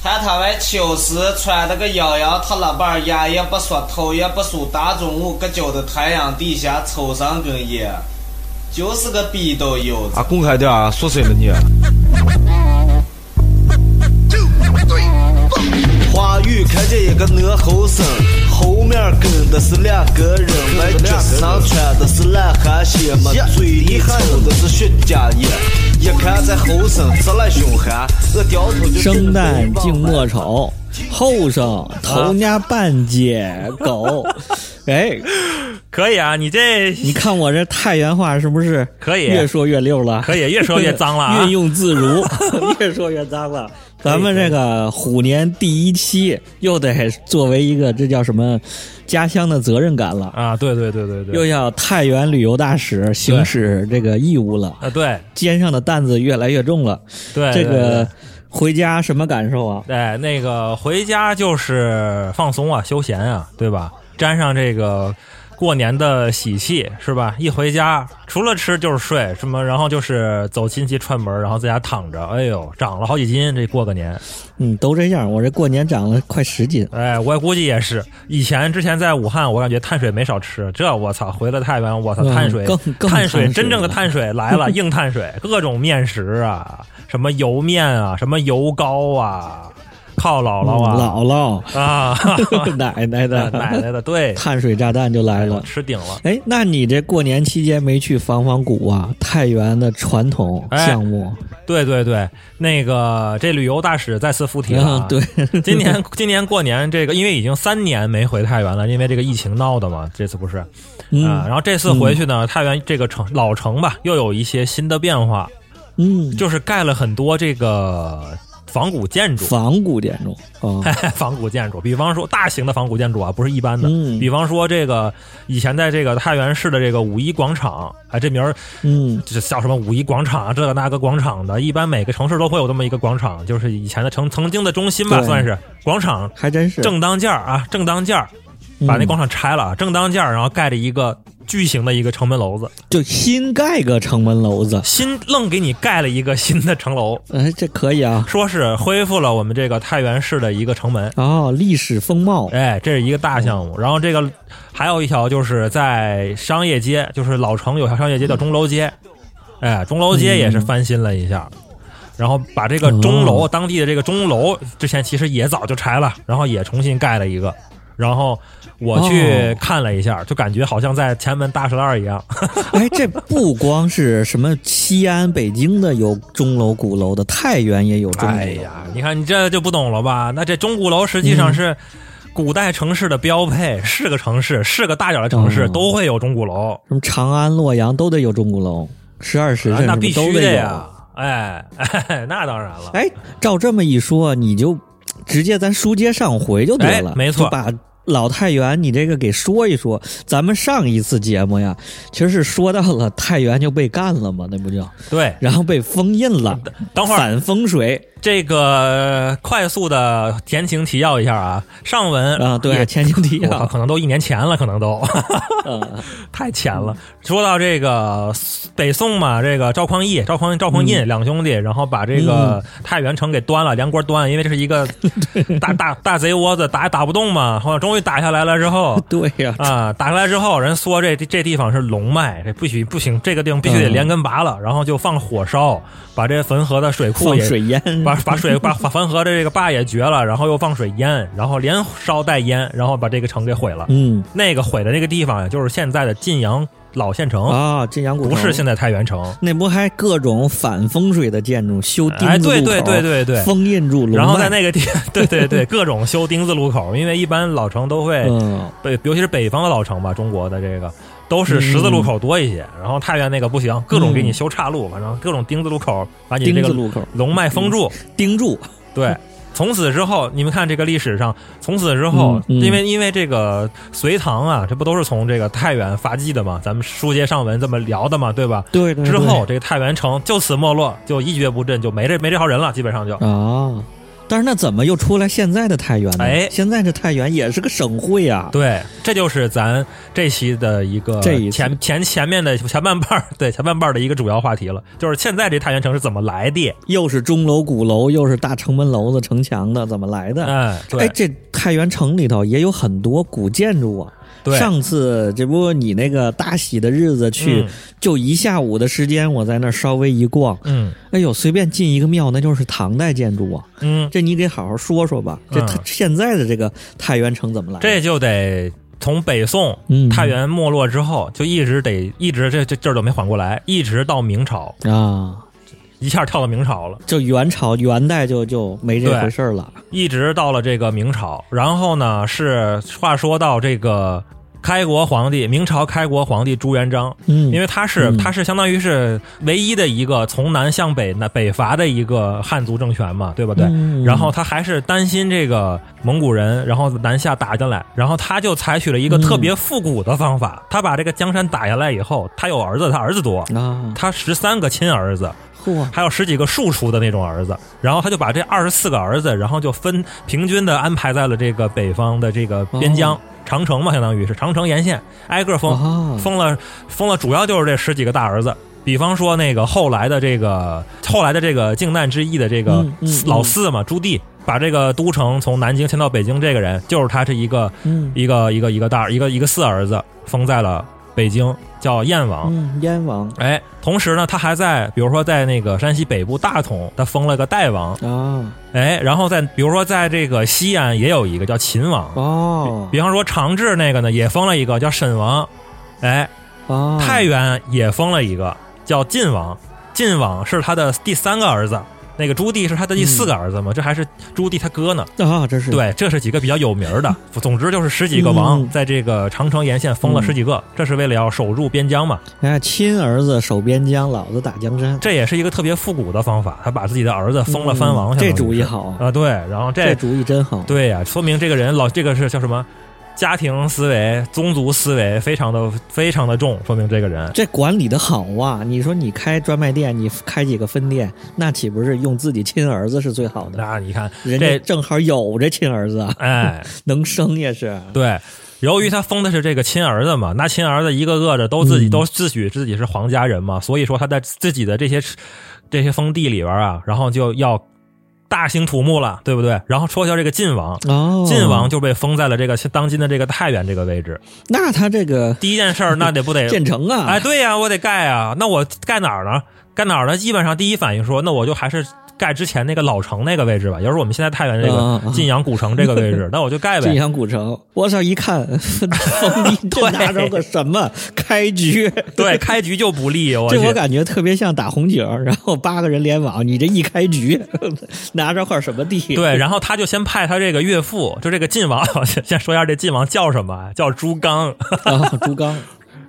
还他们寝时穿的个洋洋踏拉板，眼也不说，头也不梳，大中午搁脚的太阳底下抽上根烟，就是个逼斗油子。啊，公开点啊，说谁了你？花语看见一个男后生，后面跟的是两个人，外脚上穿的是烂汗鞋嘛，嘴里抽的是雪茄烟。一看这后生直来凶悍，我掉头就生旦净末丑，后生头家半截狗。哎，可以啊，你这你看我这太原话是不是可以啊越说越溜了？可以越说越脏了 啊运用自如，越说越脏了。咱们这个虎年第一期又得作为一个这叫什么家乡的责任感了，啊，对对对对又对，要太原旅游大使行使这个义务了，啊对肩上的担子越来越重了。对这对个回家什么感受啊？对，哎那个回家就是放松啊，休闲啊，对吧？沾上这个过年的喜气，是吧？一回家，除了吃就是睡，什么，然后就是走亲戚串门，然后在家躺着，哎呦，长了好几斤，这过个年，嗯，都这样，我这过年长了快十斤。哎，我估计也是。以前之前在武汉，我感觉碳水没少吃，这我操，回了太原，我操，嗯碳水、更更碳碳水水，真正的了碳水来 了，硬碳水，各种面食啊，什么油面啊，什么油糕啊，靠姥姥啊，姥姥、 啊，嗯奶奶的奶奶的，对，碳水炸弹就来了。吃顶了。哎，那你这过年期间没去防防谷啊？太原的传统哎项目，对对对，那个这旅游大使再次附体了、嗯，，对，今年今年过年这个，因为已经三年没回太原了，因为这个疫情闹的嘛，这次不是啊、嗯然后这次回去呢，太原这个城老城吧，又有一些新的变化，嗯，就是盖了很多这个仿古建筑。仿古建筑啊， 仿古建筑，比方说大型的仿古建筑啊，不是一般的。嗯比方说这个以前在这个太原市的这个五一广场，哎，这名儿嗯这叫什么五一广场啊，这个那个广场的，一般每个城市都会有这么一个广场，就是以前的城曾经的中心吧，对算是广场还真是正当间儿啊，正当间儿嗯把那广场拆了，啊正当间儿，然后盖了一个巨型的一个城门楼子，就新盖个城门楼子，新愣给你盖了一个新的城楼， 哎，这可以啊，说是恢复了我们这个太原市的一个城门。哦，历史风 貌，哎，这是一个大项目，然后这个还有一条就是在商业街，就是老城有条商业街叫钟楼街，哎，钟楼街也是翻新了一下，然后把这个钟楼、哦当地的这个钟楼之前其实也早就拆了，然后也重新盖了一个，然后我去哦看了一下，就感觉好像在前门大栅栏一样，哎，这不光是什么西安、北京的有钟楼、鼓楼的，太原也有钟楼。哎呀，你看你这就不懂了吧？那这钟鼓楼实际上嗯是古代城市的标配，是个城市，是个大点儿的城市、嗯都会有钟鼓楼。什么长安、洛阳都得有钟鼓楼，十二时啊辰、那必都须得的有。呀！哎 哎，那当然了。哎，照这么一说，你就直接咱书接上回就得了，哎没错就把老太原你这个给说一说。咱们上一次节目呀，其实是说到了太原就被干了嘛，那不就，对，然后被封印了，等会儿反风 水这个快速的前情提要一下啊，上文啊，对，也前情提我靠要，可能都一年前了，可能都嗯太前了。说到这个北宋嘛，这个赵匡胤、赵匡赵匡胤两兄弟，然后把这个太原城给端了，梁官端了，因为这是一个大大大贼窝子，打也打不动嘛。后来终于打下来了 之后，对呀、啊，打下来之后，人说这这地方是龙脉，这不许不行，这个地方必须得连根拔了，然后就放火烧，把这汾河的水库放也水淹，把把水把把汾河的这个坝也决了，然后又放水淹，然后连烧带淹，然后把这个城给毁了。嗯那个毁的那个地方呀，就是现在的晋阳老县城，啊，晋阳古不是城现在太原城。那不还各种反风水的建筑修钉子路口，哎对对对对对封印住龙脉。然后在那个地， 对对对，各种修丁字路口，因为一般老城都会嗯，北，尤其是北方的老城吧，中国的这个都是十字路口多一些。嗯然后太原那个不行，各种给你修岔路，反正各种丁字路口把你钉这子个路嗯口龙脉封住。钉住，对，从此之后，你们看这个历史上，从此之后，嗯嗯因为因为这个隋唐啊，这不都是从这个太原发迹的嘛？咱们书接上文这么聊的嘛，对吧？对对对之后，这个太原城就此没落，就一蹶不振，就没这没这号人了，基本上就。啊，但是那怎么又出来现在的太原呢？哎现在这太原也是个省会啊。对，这就是咱这期的一个这一次前前前面的前半半儿，对前半半儿的一个主要话题了，就是现在这太原城是怎么来的？又是钟楼鼓楼，又是大城门楼子、城墙的，怎么来的？哎，哎对，，这太原城里头也有很多古建筑啊。对上次这不你那个大喜的日子去，嗯就一下午的时间，我在那儿稍微一逛，嗯哎呦，随便进一个庙，那就是唐代建筑啊。嗯，这你得好好说说吧，这嗯它现在的这个太原城怎么来的？这就得从北宋嗯太原没落之后，就一直得一直这这劲儿就没缓过来，一直到明朝，啊，一下跳到明朝了。就元朝元代就就没这回事儿了。一直到了这个明朝，然后呢是话说到这个开国皇帝，明朝开国皇帝朱元璋，嗯，因为他是、嗯他是相当于是唯一的一个从南向北那北伐的一个汉族政权嘛，对吧？对。嗯然后他还是担心这个蒙古人，然后南下打进来，然后他就采取了一个特别复古的方法，嗯他把这个江山打下来以后，他有儿子，他儿子多，啊，他十三个亲儿子，嚯，还有十几个庶出的那种儿子，然后他就把这二十四个儿子，然后就分平均的安排在了这个北方的这个边疆、哦长城嘛，相当于是长城沿线挨个封，哦封了封了，主要就是这十几个大儿子。比方说那个后来的这个后来的这个靖难之役的这个嗯嗯嗯老四嘛，朱棣把这个都城从南京迁到北京，这个人就是他这一个嗯一个一个一个大一个一个四儿子封在了北京，叫燕王。嗯，燕王哎，同时呢，他还在，比如说在那个山西北部大同，他封了个代王，啊，哎，然后在比如说在这个西安也有一个叫秦王，哦比方说长治那个呢也封了一个叫沈王，哎，啊，太原也封了一个叫晋王，晋王是他的第三个儿子，那个朱棣是他的第四个儿子嘛，这还是朱棣他哥呢，啊，嗯这是对，这是几个比较有名儿 的，总之就是十几个王嗯在这个长城沿线封了十几个，这是为了要守住边疆嘛。哎，亲儿子守边疆，老子打江山，这也是一个特别复古的方法，他把自己的儿子封了藩王、嗯相当于这是主意好啊、对，然后这这主意真好。对呀、说明这个人老这个是叫什么？家庭思维、宗族思维非常的非常的重，说明这个人这管理的好啊！你说你开专卖店，你开几个分店，那岂不是用自己亲儿子是最好的？那你看人家这正好有这亲儿子啊，哎，能生也是。对，由于他封的是这个亲儿子嘛，那亲儿子一个个的都自己、嗯都自诩自己是皇家人嘛，所以说他在自己的这些这些封地里边啊，然后就要大兴土木了，对不对？然后说一下这个晋王，哦，晋王就被封在了这个当今的这个太原这个位置。那他这个第一件事儿，那得不 得建成啊，哎，对呀、我得盖啊。那我盖哪儿呢？盖哪儿呢？基本上第一反应说，那我就还是盖之前那个老城那个位置吧，也就是我们现在太原这啊个晋阳古城这个位 置。那我就盖晋呗。阳古城，我这一 看，封地这对拿着个什么开局？对，开局就不利，我这我去。感觉特别像打红警，然后八个人联网，你这一开局， 拿着块什么地？对，然后他就先派他这个岳父，就这个晋王， 我先先说一下这晋王叫什么啊，叫朱刚，啊，朱刚，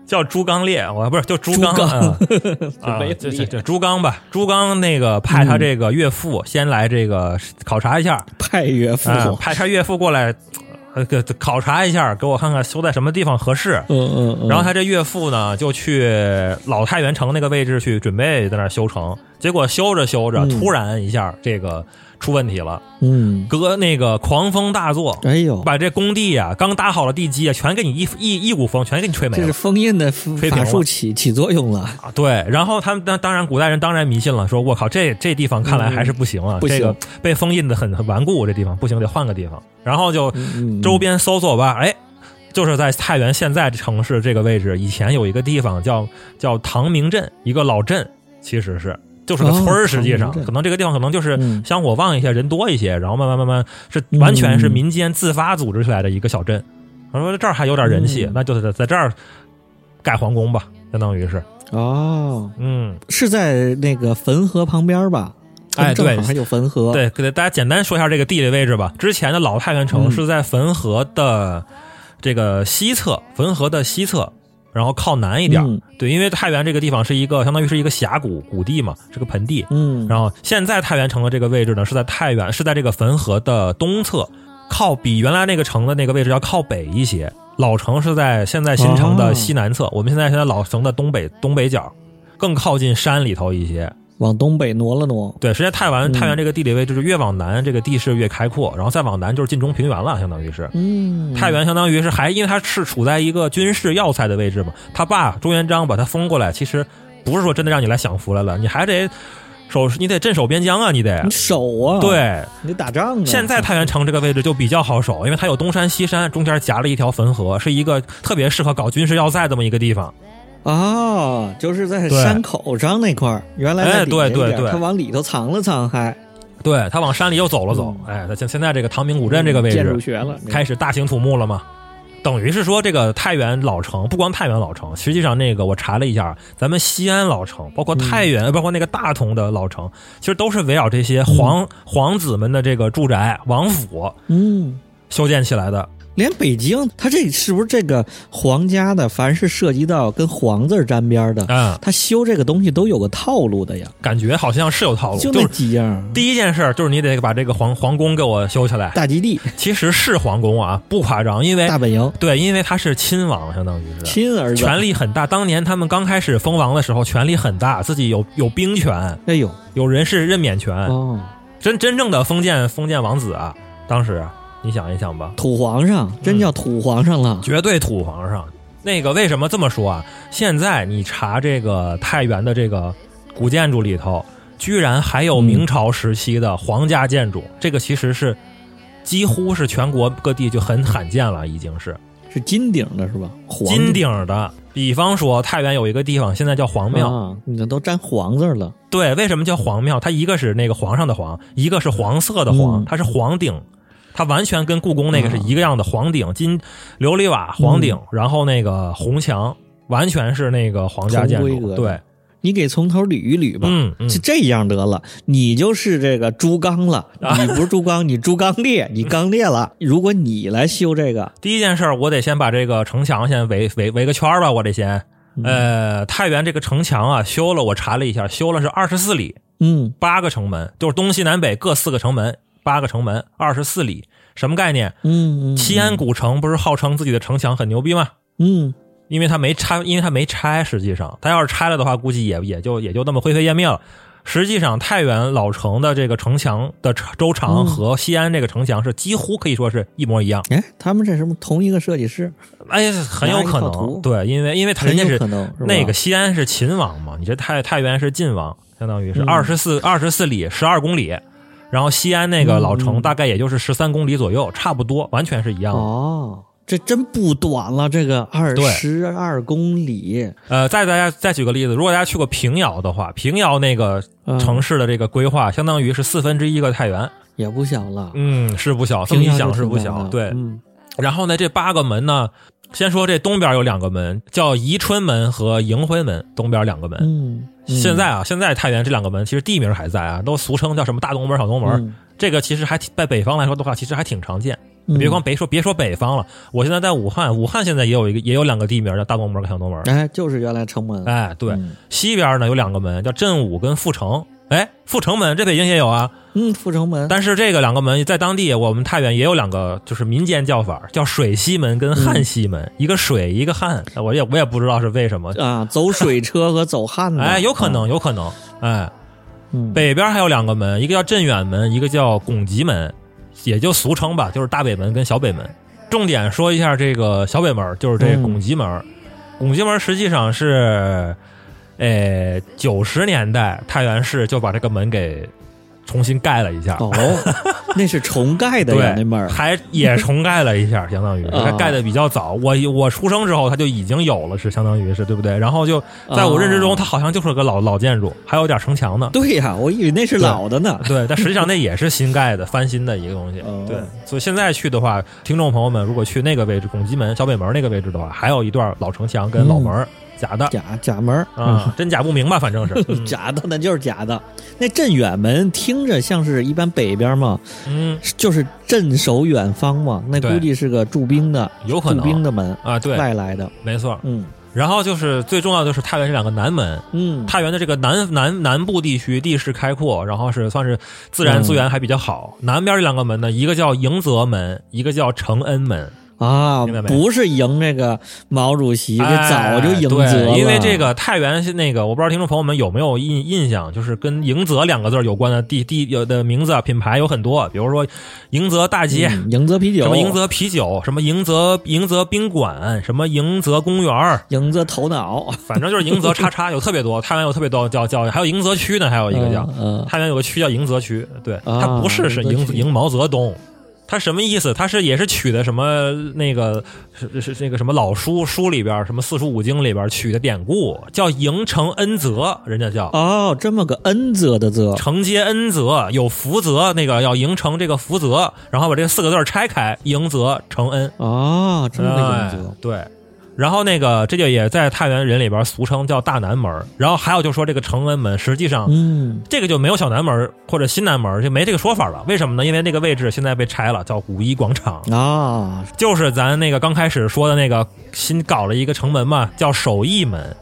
叫朱刚烈，我不是就朱朱刚刚啊，就 啊没有，嗯这力这这朱刚吧，朱刚那个派他这个岳父先来这个考察一下，派岳父，啊，派他岳父过来，呃，给考察一下，给我看看修在什么地方合适。嗯嗯嗯，然后他这岳父呢，就去老太原城那个位置去准备在那儿修城，结果修着修着，嗯突然一下这个出问题了，嗯，隔那个狂风大作，哎呦，把这工地啊，刚搭好了地基啊，全给你一一一股风全给你吹没这了是。封印的法吹平法了术起起作用了，啊对，然后他们当当然古代人当然迷信了，说我靠，这这地方看来还是不行啊，嗯不行这个被封印的很很顽固，这地方不行，得换个地方。然后就嗯嗯周边搜索吧，哎，就是在太原现在城市这个位置，以前有一个地方叫叫唐明镇，一个老镇，其实是。就是个村哦儿，实际上、唐明镇可能这个地方可能就是嗯香火旺一些，人多一些，然后慢慢慢慢是完全嗯是民间自发组织起来的一个小镇。他说这儿还有点人气，嗯那就在在这儿盖皇宫吧，相当于是，哦，嗯，是在那个汾河旁边吧？哎正对好还有汾河，，对，给大家简单说一下这个地理位置吧。之前的老太原城嗯是在汾河的这个西侧，汾河的西侧，然后靠南一点儿。嗯对，因为太原这个地方是一个相当于是一个峡谷谷地嘛，是个盆地。嗯，然后现在太原城的这个位置呢，是在太原是在这个汾河的东侧，靠比原来那个城的那个位置要靠北一些。老城是在现在哦新城的西南侧，我们现在现在老城的东北东北角，更靠近山里头一些。往东北挪了挪。对，实在太嗯原太原这个地理位置是越往南，这个地势越开阔，然后再往南就是晋中平原了，相当于是。嗯，太原相当于是还因为它是处在一个军事要塞的位置嘛，他爸朱元璋把他封过来，其实不是说真的让你来享福来了，你还得守，你得镇守边疆啊，你得你。守啊，，对，你打仗啊呢。现在太原城这个位置就比较好守，因为它有东山西山，中间夹了一条汾河，是一个特别适合搞军事要塞这么一个地方。啊，就是在对山口上那块儿，原来在哎底下一对对点对他往里头藏了藏，还对，它往山里又走了走，哎，它现现在这个唐明古镇这个位嗯建筑置学了，开始大兴土木了嘛。等于是说，这个太原老城不光太原老城，实际上那个我查了一下，咱们西安老城，包括太原，呃包括那个大同的老城，其实都是围绕这些皇、皇子们的这个住宅、王府嗯。修建起来的。连北京，他这是不是这个皇家的，凡是涉及到跟皇字儿沾边儿的，嗯，他修这个东西都有个套路的呀，感觉好像是有套路，就就那是几样儿，第一件事儿就是你得把这个皇皇宫给我修起来。大基地、其实是皇宫啊，不夸张，因为大本营、对，因为他是亲王，相当于是亲儿子，权力很大。当年他们刚开始封王的时候，权力很大，自己有有兵权，哎呦，有人事任免权，哦，真真正的封建封建王子啊。当时你想一想吧，土皇上，嗯真叫土皇上了，绝对土皇上。那个为什么这么说啊？现在你查这个太原的这个古建筑里头，居然还有明朝时期的皇家建筑，这个其实是几乎是全国各地就很罕见了，已经是是金顶的是吧？黄金顶的。比方说，太原有一个地方现在叫皇庙，啊，你这都沾黄字儿了，对，为什么叫皇庙？它一个是那个皇上的皇，一个是黄色的黄，嗯它是黄顶，它完全跟故宫那个是一个样的黄顶，金琉璃瓦黄顶，嗯然后那个红墙完全是那个皇家建同规格筑，的对，你给从头捋一捋吧。嗯嗯就这样得了，你就是这个猪刚了，啊你不是猪 刚，你猪刚烈，你刚烈了。如果你来修这个，第一件事儿，我得先把这个城墙先围围围个圈儿吧，我得先。嗯呃，太原这个城墙啊，修了，我查了一下，修了是二十四里，嗯，八个城门，就是东西南北各四个城门，八个城门，二十四里，什么概念？嗯，嗯西安古城不是号称自己的城墙很牛逼吗？嗯，因为它没拆，因为它没拆。实际上，它要是拆了的话，估计也也就也就那么灰飞烟灭了。实际上，太原老城的这个城墙的周嗯长和西安这个城墙是几乎可以说是一模一样。哎，他们这什么同一个设计师，哎，很有可拿一套图能，对，因为因为它很人家有是可能是吧那个西安是秦王嘛，你这太太原是晋王，相当于嗯是二十四二十四里十二公里，然后西安那个老嗯城大概也就是十三公里左右，差不多，完全是一样的。哦，这真不短了，这个二十二公里，呃，再大家再举个例子，如果大家去过平遥的话，平遥那个城市的这个规划，相当于是四分之一个太原，也不小了。嗯，是不小，这平么一遥就想是挺不大小，的对。嗯然后呢，这八个门呢，先说这东边有两个门，叫宜春门和迎辉门，东边两个门。嗯，嗯现在啊，现在太原这两个门其实地名还在啊，都俗称叫什么大东门、小东门。嗯这个其实还挺在北方来说的话，其实还挺常见。嗯别光别说别说北方了，我现在在武汉，武汉现在也有一个也有两个地名叫大东门和小东门。哎，就是原来城门，哎，对，嗯西边呢有两个门叫振武跟阜城。哎，阜城门这北京也有啊，嗯，阜成门，但是这个两个门在当地我们太原也有两个，就是民间叫法叫水西门跟汉西门，一个水一个汉，我也我也不知道是为什么。啊，走水车和走旱的，哎，有可啊，能，有可能。哎，嗯北边还有两个门，一个叫镇远门，一个叫拱极门，也就俗称吧，就是大北门跟小北门。重点说一下这个小北门，就是这嗯拱极门。拱极门实际上是，呃，九十年代太原市就把这个门给重新盖了一下，哦，那是重盖的呀， 那对门儿还也重盖了一下，相当 于啊它盖的比较早。我我出生之后，它就已经有了，是相当于是对不对？然后就在我认知中，哦它好像就是个老老建筑，还有点城墙呢。对呀，我以为那是老的 呢。对，但实际上那也是新盖的、翻新的一个东西哦。对，所以现在去的话，听众朋友们如果去那个位置，拱极门、小北门那个位置的话，还有一段老城墙跟老门儿，假的假假门儿啊， 真假不明吧，反正是。嗯嗯假的那就是假的。那镇远门听着像是一般北边嘛，嗯，就是镇守远方嘛，那对估计是个驻兵的，有可驻兵能的门，啊，对，外来的。没错。嗯然后就是最重要的就是太原这两个南门，嗯，太原的这个南南南部地区地势开阔，然后是算是嗯自然资源还比较好。南边这两个门呢，一个叫迎泽门，一个叫承恩门。啊明白，没不是赢这个毛主席，这早哎就赢泽了。对因为这个太原是那个，我不知道听众朋友们有没有印印象，就是跟迎泽两个字儿有关的地地有的名字啊品牌有很多，比如说迎泽大街。嗯迎泽啤酒，什么迎泽啤酒，什么迎泽迎泽宾馆，什么迎泽公园儿迎泽头脑，反正就是迎泽叉叉有特别多，太原有特别多叫叫，还有迎泽区呢，还有一个叫、嗯嗯太原有个区叫迎泽区，对，啊它不是是迎迎泽区迎毛泽东，它什么意思？它是也是取的什么那个是是那个什么老书书里边儿什么四书五经里边儿取的典故，叫迎承恩泽，人家叫。哦，这么个恩泽的泽，承接恩泽有福泽，那个要迎承这个福泽，然后把这四个字儿拆开，迎泽承恩，哦，这么个哎迎泽，对。然后那个，这就也在太原人里边俗称叫大南门儿。然后还有就说这个承恩门，实际上、嗯，这个就没有小南门儿或者新南门儿，就没这个说法了。为什么呢？因为那个位置现在被拆了，叫五一广场，啊，就是咱那个刚开始说的那个新搞了一个城门嘛，叫守义门。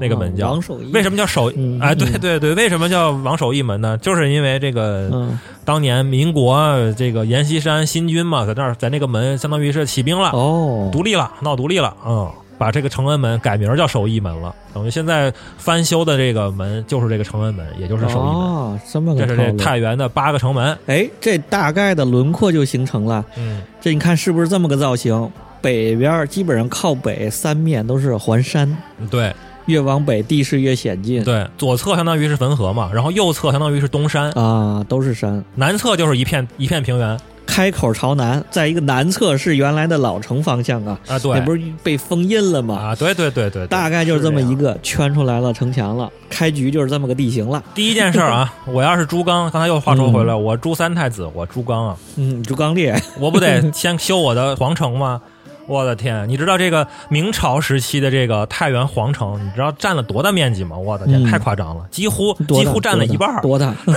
那个门叫王守义，为什么叫守？嗯哎，对嗯对对，为什么叫王守义门呢？就是因为这个、嗯，当年民国这个阎锡山新军嘛，在那儿在那个门相当于是起兵了，哦，啊独立了，闹独立了，嗯，把这个承恩门改名叫守义门了，等于现在翻修的这个门就是这个承恩门，也就是守义门，哦，这么这个是套这路。太原的八个城门，哎，这大概的轮廓就形成了。嗯，这你看是不是这么个造型？北边儿基本上靠北三面都是环山，对越往北地势越险近。对，左侧相当于是汾河嘛，然后右侧相当于是东山，啊，都是山。南侧就是一片一片平原开口朝南，在一个南侧是原来的老城方向啊，啊，那对，不是被封印了吗？啊，对对对对，对大概就是这么是一样个圈出来了城墙了，开局就是这么个地嗯形了。第一件事儿 啊，我要是朱刚，刚才又话说回来，我朱三太子，我朱刚啊，嗯，朱刚烈，我 不得先修我的皇城吗？我的天！你知道这个明朝时期的这个太原皇城，你知道占了多大面积吗？我的嗯天，太夸张了，几乎多几大乎占了一半儿，多大？ 多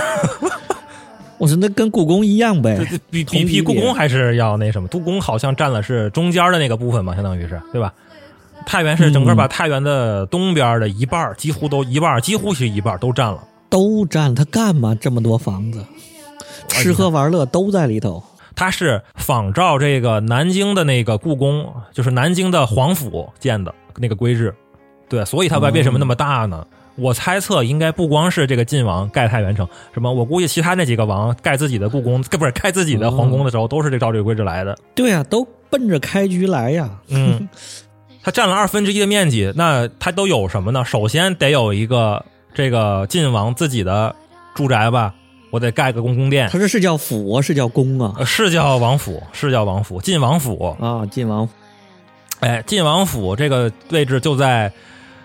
大我说那跟故宫一样呗这，这比哎同比比比例故宫还是要那什么。故宫好像占了是中间的那个部分嘛，相当于是对吧？太原是整嗯个把太原的东边的一半儿，几乎都一半儿，几乎是一半儿都占了。都占他干嘛这么多房子？哎吃喝玩乐都在里头。它是仿照这个南京的那个故宫，就是南京的皇府建的那个规制，对，所以它外为什么那么大呢？我猜测应该不光是这个晋王盖太原城，什么我估计其他那几个王盖自己的故宫，不是盖自己的皇宫的时候，都是这照这个规制来的。对呀、都奔着开局来呀。嗯，它占了二分之一的面积，那它都有什么呢？首先得有一个这个晋王自己的住宅吧，我得盖个宫宫殿他，这是叫府啊，是叫宫啊？呃是叫王府，是叫王府，晋王府，啊，晋王府哎，晋王府这个位置就在，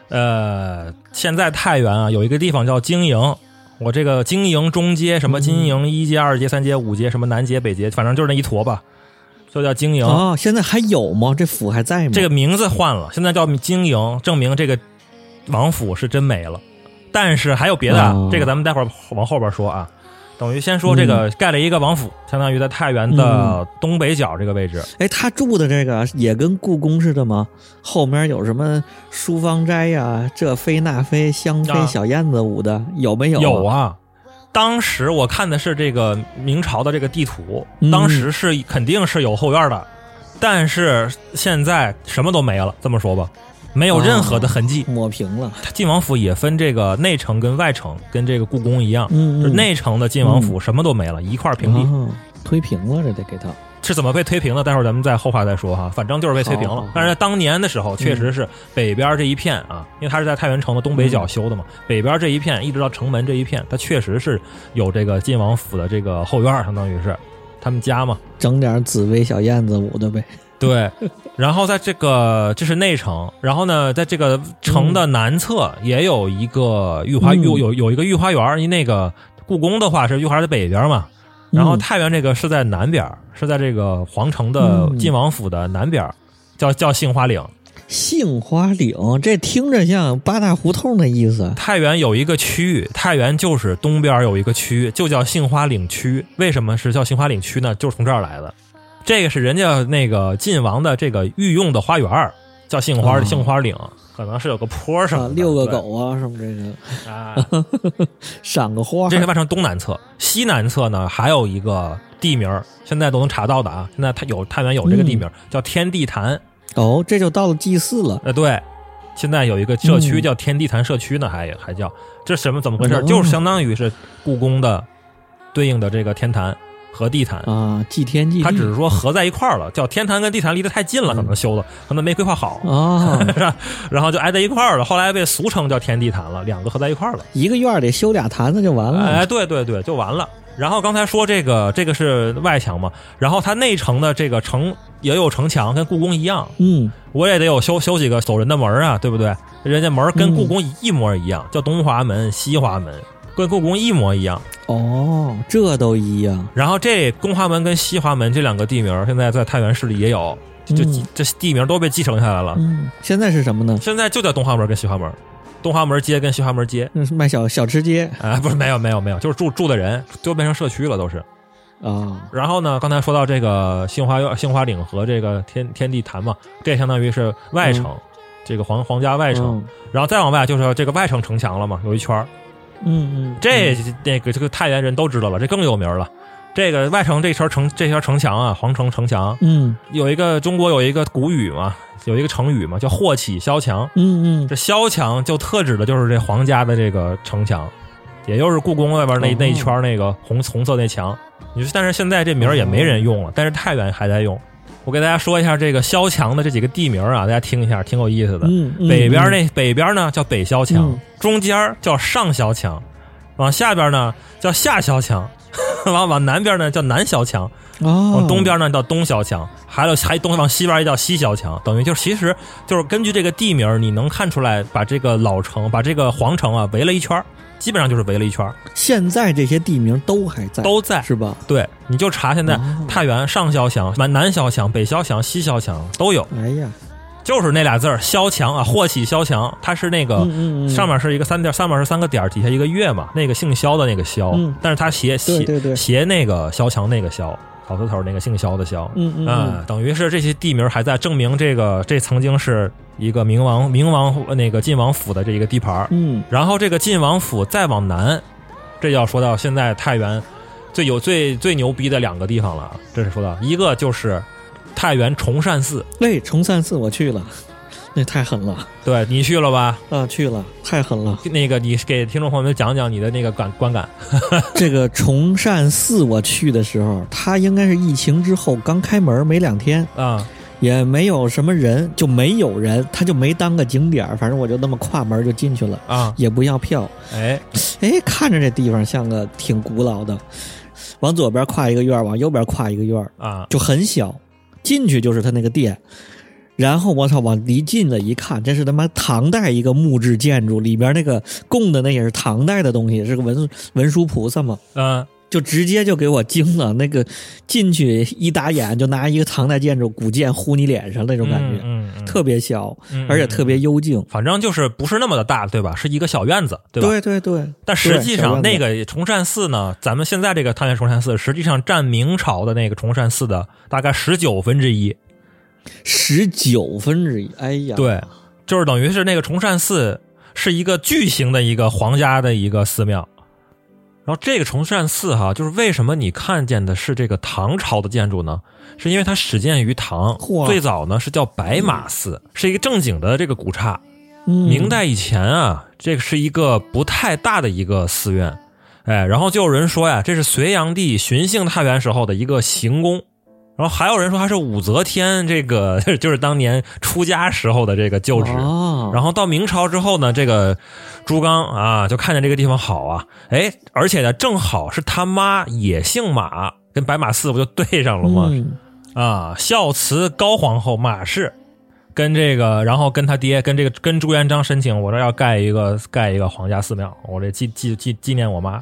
呃，现在太原啊有一个地方叫经营，我这个经营中街什么嗯经营一街、二街、三街、五街什么南街、北街，反正就是那一坨吧，就叫经营。啊，现在还有吗？这府还在吗？这个名字换了，现在叫经营，证明这个王府是真没了。但是还有别的，啊哦，这个咱们待会儿往后边说啊。等于先说这嗯个盖了一个王府，相当于在太原的东北角这个位置。哎，他住的这个也跟故宫似的吗？后面有什么书房斋呀、这妃那妃、香妃、啊小燕子舞的，有没有？有啊，啊，当时我看的是这个明朝的这个地图嗯，当时是肯定是有后院的，但是现在什么都没了。这么说吧，没有任何的痕迹。抹平了。晋王府也分这个内城跟外城，跟这个故宫一样，嗯，就嗯内城的晋王府什么都没了，一块平地。哦推平了，这得给他。是怎么被推平的？待会儿咱们在后话再说哈，反正就是被推平好嗯了好。但是在当年的时候，确实是北边这一片啊，因为它是在太原城嗯的东北角修的嘛，北边这一片一直到城门这一片，它确实是有这个晋王府的这个后院儿，相当于是他们家嘛。整点紫薇、小燕子舞的呗。对，然后在这个这是内城，然后呢，在这个城的南侧也有一个御花，嗯有有有一个御花园儿，因为那个故宫的话是御花园的北边嘛，然后嗯太原这个是在南边儿，是在这个皇城的嗯晋王府的南边儿，叫叫杏花岭。杏花岭，这听着像八大胡同的意思。太原有一个区域，太原就是东边有一个区域，就叫杏花岭区。为什么是叫杏花岭区呢？就是从这儿来的。这个是人家那个晋王的这个御用的花园儿，叫杏花、哦杏花岭，可能是有个坡什么啊的、，遛个对狗啊，什么这个，啊。赏个花。这是外城东南侧，西南侧呢还有一个地名儿，现在都能查到的啊。现在它有太原有这个地名儿，嗯叫天地坛。哦，这就到了祭祀了。呃，对，现在有一个社区嗯叫天地坛社区呢，还还叫这什么怎么回事儿？哦就是相当于是故宫的对应的这个天坛和地坛。啊，祭天祭地，它只是说合在一块儿了，叫天坛跟地坛离得太近了，可能修的可能没规划好， 啊，然后就挨在一块儿了。后来被俗称叫天地坛了，两个合在一块儿了。一个院儿里修俩坛子就完了。哎，对对对，就完了。然后刚才说这个，这个是外墙嘛，然后它内城的这个城也有城墙，跟故宫一样，嗯，我也得有修修几个走人的门儿啊，对不对？人家门儿啊跟故宫一模一样，叫东华门、西华门，跟故宫一模一样。哦，这都一样。然后这东华门跟西华门这两个地名儿，现在在太原市里也有，就就嗯这地名都被继承下来了。嗯，现在是什么呢？现在就叫东华门跟西华门，东华门街跟西华门街。那是卖小小吃街啊、不是没有没有没有，就是住住的人都变成社区了，都是。啊，然后呢，刚才说到这个杏花院、杏花岭和这个天天地坛嘛，这相当于是外城，这个皇皇家外城。嗯然后再往外就是这个外城城墙了嘛，有一圈儿。嗯嗯，这、那个这个太原人都知道了，这更有名了。这个外城这圈城这圈城墙啊，皇城城墙嗯有一个中国有一个古语嘛，有一个成语嘛，叫“祸起萧墙”。嗯嗯这萧墙就特指的就是这皇家的这个城墙，也就是故宫外边那、哦那一圈那个红红色那墙。你说，但是现在这名儿也没人用了，但是太原还在用。我给大家说一下这个萧墙的这几个地名啊，大家听一下，挺有意思的。嗯嗯，北边那北边呢叫北萧墙嗯，中间儿叫上萧墙，往下边呢叫下萧墙， 往往南边呢叫南萧墙，哦，往东边呢叫东小墙，还有还东往西边也叫西小墙，等于就是其实就是根据这个地名儿，你能看出来把这个老城、把这个皇城啊围了一圈儿，基本上就是围了一圈儿，哦现在这些地名都还在，都在。是吧？对，你就查现在哦太原上小墙、南南小墙、北小墙、西小墙都有，哎呀，就是那俩字儿“萧墙”啊，祸起萧墙，它是那个嗯嗯嗯哦上面是一个三点，上面是三个点儿，底下一个月嘛，那个姓萧的那个萧嗯，但是它斜对斜对对，斜那个萧墙那个萧，草字头那个姓萧的萧，嗯嗯啊嗯，等于是这些地名还在证明这个这曾经是一个明王明王呃那个晋王府的这一个地盘儿。嗯，然后这个晋王府再往南，这要说到现在太原最有最最牛逼的两个地方了啊，这是说到一个就是太原崇善寺，喂，崇善寺我去了，那太狠了对你去了吧？啊，去了，太狠了。 那个你给听众朋友们讲讲你的那个感观感。这个崇善寺我去的时候，它应该是疫情之后刚开门没两天，啊，也没有什么人，就没有人，它就没当个景点儿，反正我就那么跨门就进去了，啊，也不要票。哎，哎，看着这地方像个挺古老的，往左边跨一个院儿，往右边跨一个院儿，啊，就很小，进去就是他那个店。然后我操，往离近了一看，这是他妈唐代一个木质建筑，里边那个供的那也是唐代的东西，是个文文殊菩萨嘛。嗯，就直接就给我惊了，那个进去一打眼就拿一个唐代建筑古建呼你脸上那种感觉，嗯，嗯特别小，嗯而且特别幽静。反正就是不是那么的大，对吧？是一个小院子，对吧？对对对，但实际上，对那个崇善寺呢，咱们现在这个太原崇善寺，实际上占明朝的那个崇善寺的大概十九分之一。十九分之一，哎呀，对，就是等于是那个崇善寺是一个巨型的一个皇家的一个寺庙。然后这个崇善寺哈，就是为什么你看见的是这个唐朝的建筑呢？是因为它始建于唐嚯，最早呢是叫白马寺，是一个正经的这个古刹。嗯，明代以前啊，这个是一个不太大的一个寺院，哎，然后就有人说呀，这是隋炀帝巡幸太原时候的一个行宫，然后还有人说它是武则天这个 就是当年出家时候的这个旧址。哦，然后到明朝之后呢，这个朱刚啊，就看见这个地方好啊，哎，而且呢，正好是他妈也姓马，跟白马寺不就对上了吗？嗯啊，孝慈高皇后马氏跟这个，然后跟他爹，跟这个跟朱元璋申请，我这要盖一个盖一个皇家寺庙，我这纪纪纪纪念我妈。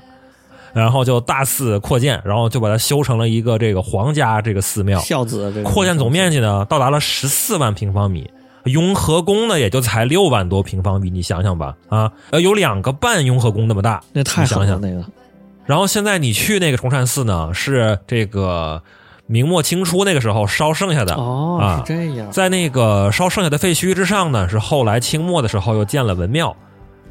然后就大肆扩建，然后就把它修成了一个这个皇家这个寺庙，孝子这个扩建总面积呢到达了十四万平方米。雍和宫呢也就才六万多平方米，你想想吧，啊，呃，有两个半雍和宫那么大，那太狠你了想想那个，然后现在你去那个崇善寺呢，是这个明末清初那个时候烧剩下的哦啊，是这样，在那个烧剩下的废墟之上呢，是后来清末的时候又建了文庙，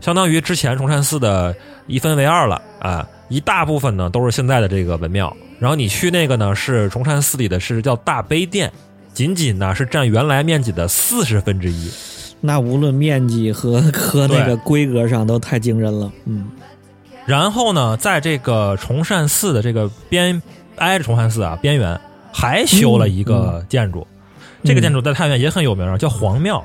相当于之前崇善寺的一分为二了啊。一大部分呢都是现在的这个文庙。然后你去那个呢是崇禅寺里的是叫大悲殿，仅仅呢是占原来面积的四十分之一。那无论面积 和和那对个规格上都太惊人了，嗯，然后呢，在这个崇善寺的这个边挨着崇善寺啊边缘，还修了一个建筑。这个建筑在太原也很有名啊，叫黄庙。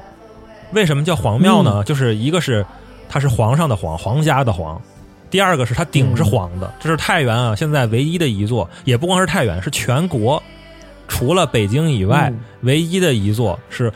为什么叫黄庙呢？就是一个是它是皇上的皇，皇家的皇；第二个是它顶是黄的。这是太原啊，现在唯一的一座，也不光是太原，是全国除了北京以外、嗯唯一的一座是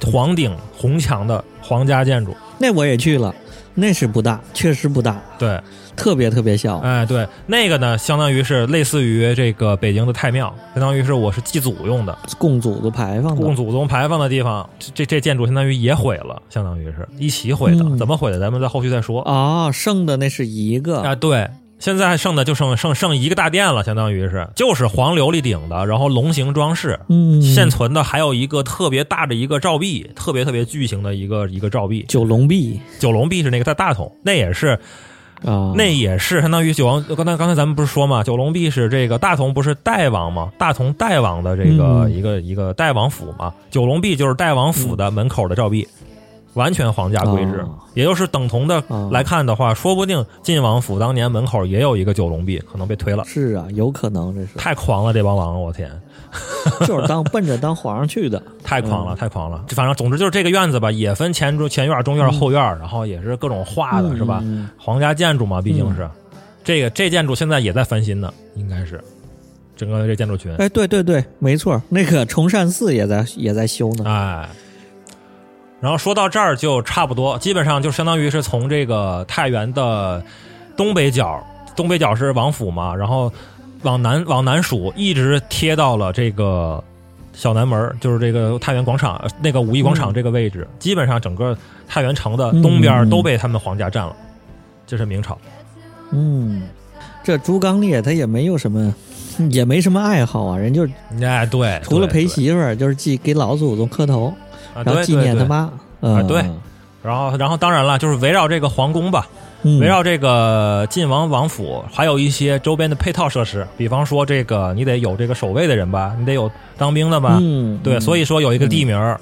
黄顶红墙的皇家建筑。那我也去了，那是不大，确实不大，对，特别特别小，哎，对，那个呢，相当于是类似于这个北京的太庙，相当于是我是祭祖用的，供祖宗牌坊的，供祖宗牌坊的地方。这这这建筑相当于也毁了，相当于是一起毁的。嗯怎么毁的，咱们在后续再说。哦，剩的那是一个，啊，对，现在剩的就剩剩剩一个大殿了，相当于是就是黄琉璃顶的，然后龙形装饰。嗯，现存的还有一个特别大的一个照壁，特别特别巨型的一个一个照壁，九龙壁九龙壁是那个大大筒，那也是啊，哦那也是相当于九王，刚才刚才咱们不是说嘛，九龙壁是这个大同不是代王嘛，大同代王的这个嗯一个、一个代王府嘛，九龙壁就是代王府的门口的照壁，完全皇家规制，哦也就是等同的哦来看的话，说不定晋王府当年门口也有一个九龙壁，可能被推了，是啊，有可能这是，太狂了，这帮王，我天！ 就是当奔着当皇上去的，太狂嗯了，太狂了！反正总之就是这个院子吧，也分前中前院、中院、后院，然后也是各种画的，嗯是吧嗯嗯？皇家建筑嘛，毕竟是、这个这建筑现在也在翻新呢，应该是整个这建筑群。哎，对对对，没错，那个崇善寺也在也在修呢，哎，然后说到这儿就差不多，基本上就相当于是从这个太原的东北角，东北角是王府嘛，然后往南往南数，一直贴到了这个小南门儿，就是这个太原广场呃那个五一广场这个位置，基本上整个太原城的东边儿嗯都被他们皇家占了，这是明朝。嗯，这朱刚烈他也没有什么，也没什么爱好啊，人就是哎，对，除了对陪，媳妇儿，就是祭给老祖宗磕头，对然啊后对纪念他。对对妈。嗯，对然后，然后当然了，就是围绕这个皇宫吧，嗯，围绕这个晋王王府，还有一些周边的配套设施，比方说这个你得有这个守卫的人吧，你得有当兵的吧，嗯，对，所以以说有一个地名儿，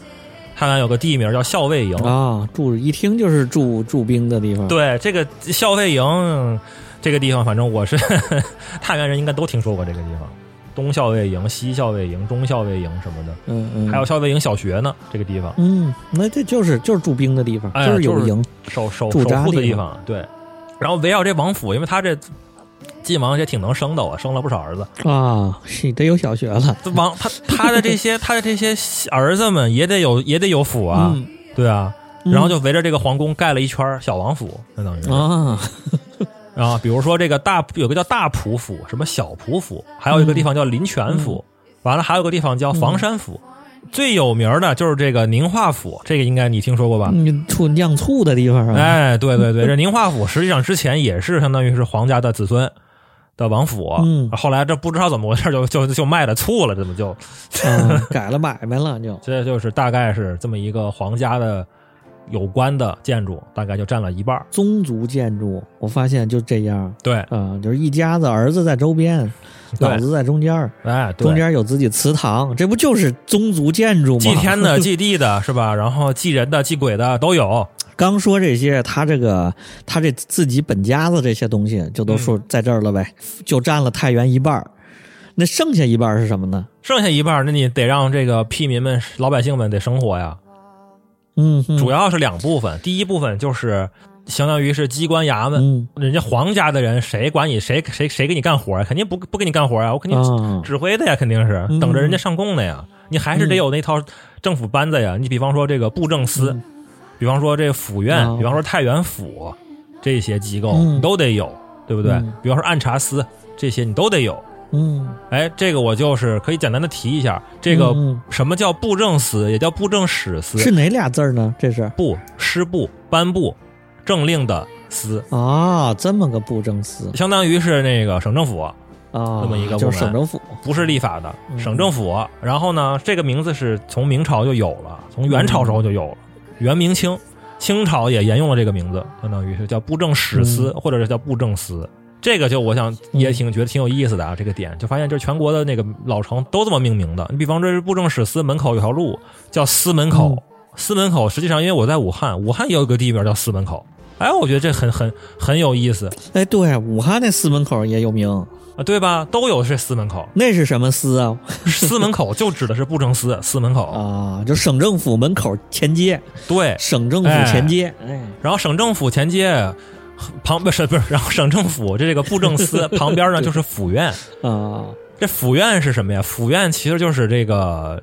太原有个地名儿叫校尉营，啊，住一听就是驻驻兵的地方。，对，这个校尉营这个地方，反正我是 太原人，应该都听说过这个地方，东校尉营、西校尉营、中校尉营什么的，嗯嗯，还有校尉营小学呢，这个地方嗯，那这就是就是驻兵的地方，哎呀是有营。守守驻守扎护的地地方，对，然后围绕这王府，因为他这晋王也挺能生的我，生了不少儿子。啊，是得有小学了这王他他的这些他的这些儿子们也得有也得有府啊，嗯对啊，嗯然后就围着这个皇宫盖了一圈儿小王府，相当于是啊，啊，比如说这个大有个叫大普府，什么小普府，还有一个地方叫临嗯泉府，完了还有个地方叫房山府，最有名儿的就是这个宁化府，这个应该你听说过吧？嗯，处酿醋的地方啊，哎，对对对，这宁化府实际上之前也是相当于是皇家的子孙。的王府，嗯后来这不知道怎么回事就就就卖了醋了，怎么就嗯改了买卖了就。这就是大概是这么一个皇家的有关的建筑，大概就占了一半儿。宗族建筑，我发现就这样对，啊、就是一家子儿子在周边，对老子在中间儿，哎，对中间有自己祠堂，这不就是宗族建筑吗？祭天的、祭地的，是吧？然后祭人的、祭鬼的都有。刚说这些，他这个他这自己本家子这些东西就都嗯说在这儿了呗，就占了太原一半儿那剩下一半儿是什么呢？剩下一半儿，那你得让这个屁民们、老百姓们得生活呀。嗯，嗯主要是两部分，第一部分就是相当于是机关衙门，嗯人家皇家的人谁管你，谁谁谁给你干活呀？肯定不不给你干活呀，我肯定啊，指挥的呀，肯定是嗯等着人家上供的呀。你还是得有那套政府班子呀。你比方说这个布政嗯司，比方说这府院，哦比方说太原府，这些机构、嗯你都得有，对不对？嗯比方说按察司，这些你都得有。嗯，哎，这个我就是可以简单的提一下，这个嗯嗯什么叫布政司，也叫布政使司，是哪俩字儿呢？这是布师部颁布政令的司，啊，这么个布政司相当于是那个省政府。啊，这么一个就是部省门政府不是立法的，省政府。然后呢，这个名字是从明朝就有了，从元朝时候就有了，元明清，清朝也沿用了这个名字，相当于是叫布政使司，或者是叫布政司。这个就我想也挺觉得挺有意思的啊，这个点就发现就是全国的那个老城都这么命名的。你比方说布政使司门口有条路叫司门口，司门口实际上因为我在武汉，武汉也有个地名叫司门口。哎，我觉得这很很很有意思哎，对，武汉那司门口也有名，啊，对吧？都有这司门口，那是什么司啊？司 门口就指的是布政司司门口。啊，就省政府门口前街，对，省政府前街，哎，然后省政府前街旁 不是不是，然后省政府这个布 政司旁边呢就是府院。啊，这府院是什么呀？府院其实就是这个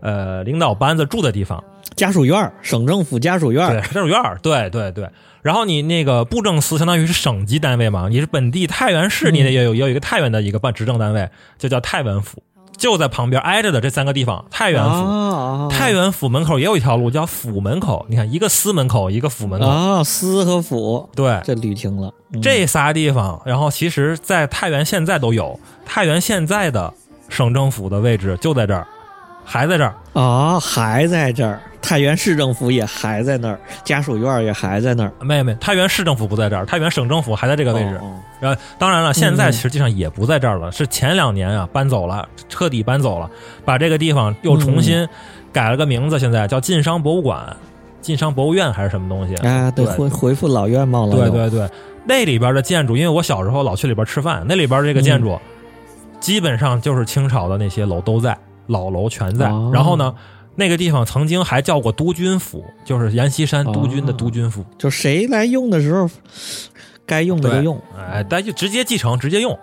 呃领导班子住的地方，家属院儿，省政府家属院对，儿，家属院儿，对对对。然后你那个布政司相当于是省级单位嘛，你是本地太原市，嗯你得也有也有一个太原的一个办执政单位，就叫太原府，就在旁边挨着的这三个地方，太原府。啊，太原府门口也有一条路叫府门口，你看一个司门口，一个府门口，啊，司和府，对，这捋清了，嗯这仨地方，然后其实，在太原现在都有。太原现在的省政府的位置就在这儿，还在这儿。啊还在这儿，太原市政府也还在那儿，家属院儿也还在那儿，没有没有，太原市政府不在这儿，太原省政府还在这个位置。哦然后，当然了，现在实际上也不在这儿了，是前两年啊搬走了，彻底搬走了，把这个地方又重嗯新改了个名字，现在叫晋商博物馆、晋商博物院还是什么东西？哦啊，对，对回回复老院貌了，对，对对，那里边的建筑，因为我小时候老去里边吃饭，那里边这个建筑、嗯基本上就是清朝的那些楼都在，老楼全在。哦然后呢，那个地方曾经还叫过督军府，就是阎锡山哦督军的督军府。就谁来用的时候，该用的就用，哎，但就直接继承，直接用，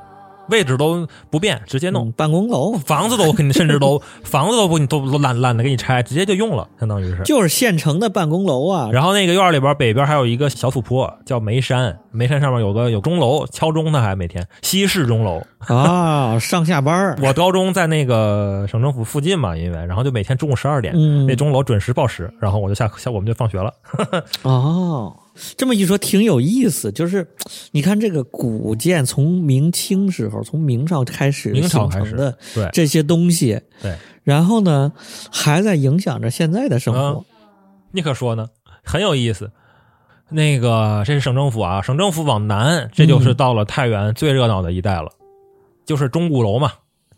位置都不变，直接弄。嗯办公楼房子都给你，甚 至都房子都不，你都都懒懒得给你拆，直接就用了，相当于是。就是县城的办公楼啊，然后那个院儿里边儿北边儿还有一个小土坡叫梅山，梅山上面有个有钟楼，敲钟的还每天西式钟楼，啊，上下班儿，我高中在那个省政府附近嘛，因为然后就每天中午十二点，嗯那钟楼准时报时，然后我就下下我们就放学了。哦，这么一说挺有意思，就是你看这个古建从明清时候，从明朝开始明形朝开成始的对这些东西，对，然后呢还在影响着现在的生活。你可说呢，很有意思。那个这是省政府啊，省政府往南，这嗯就是到了太原最热闹的一带了，就是钟鼓楼嘛。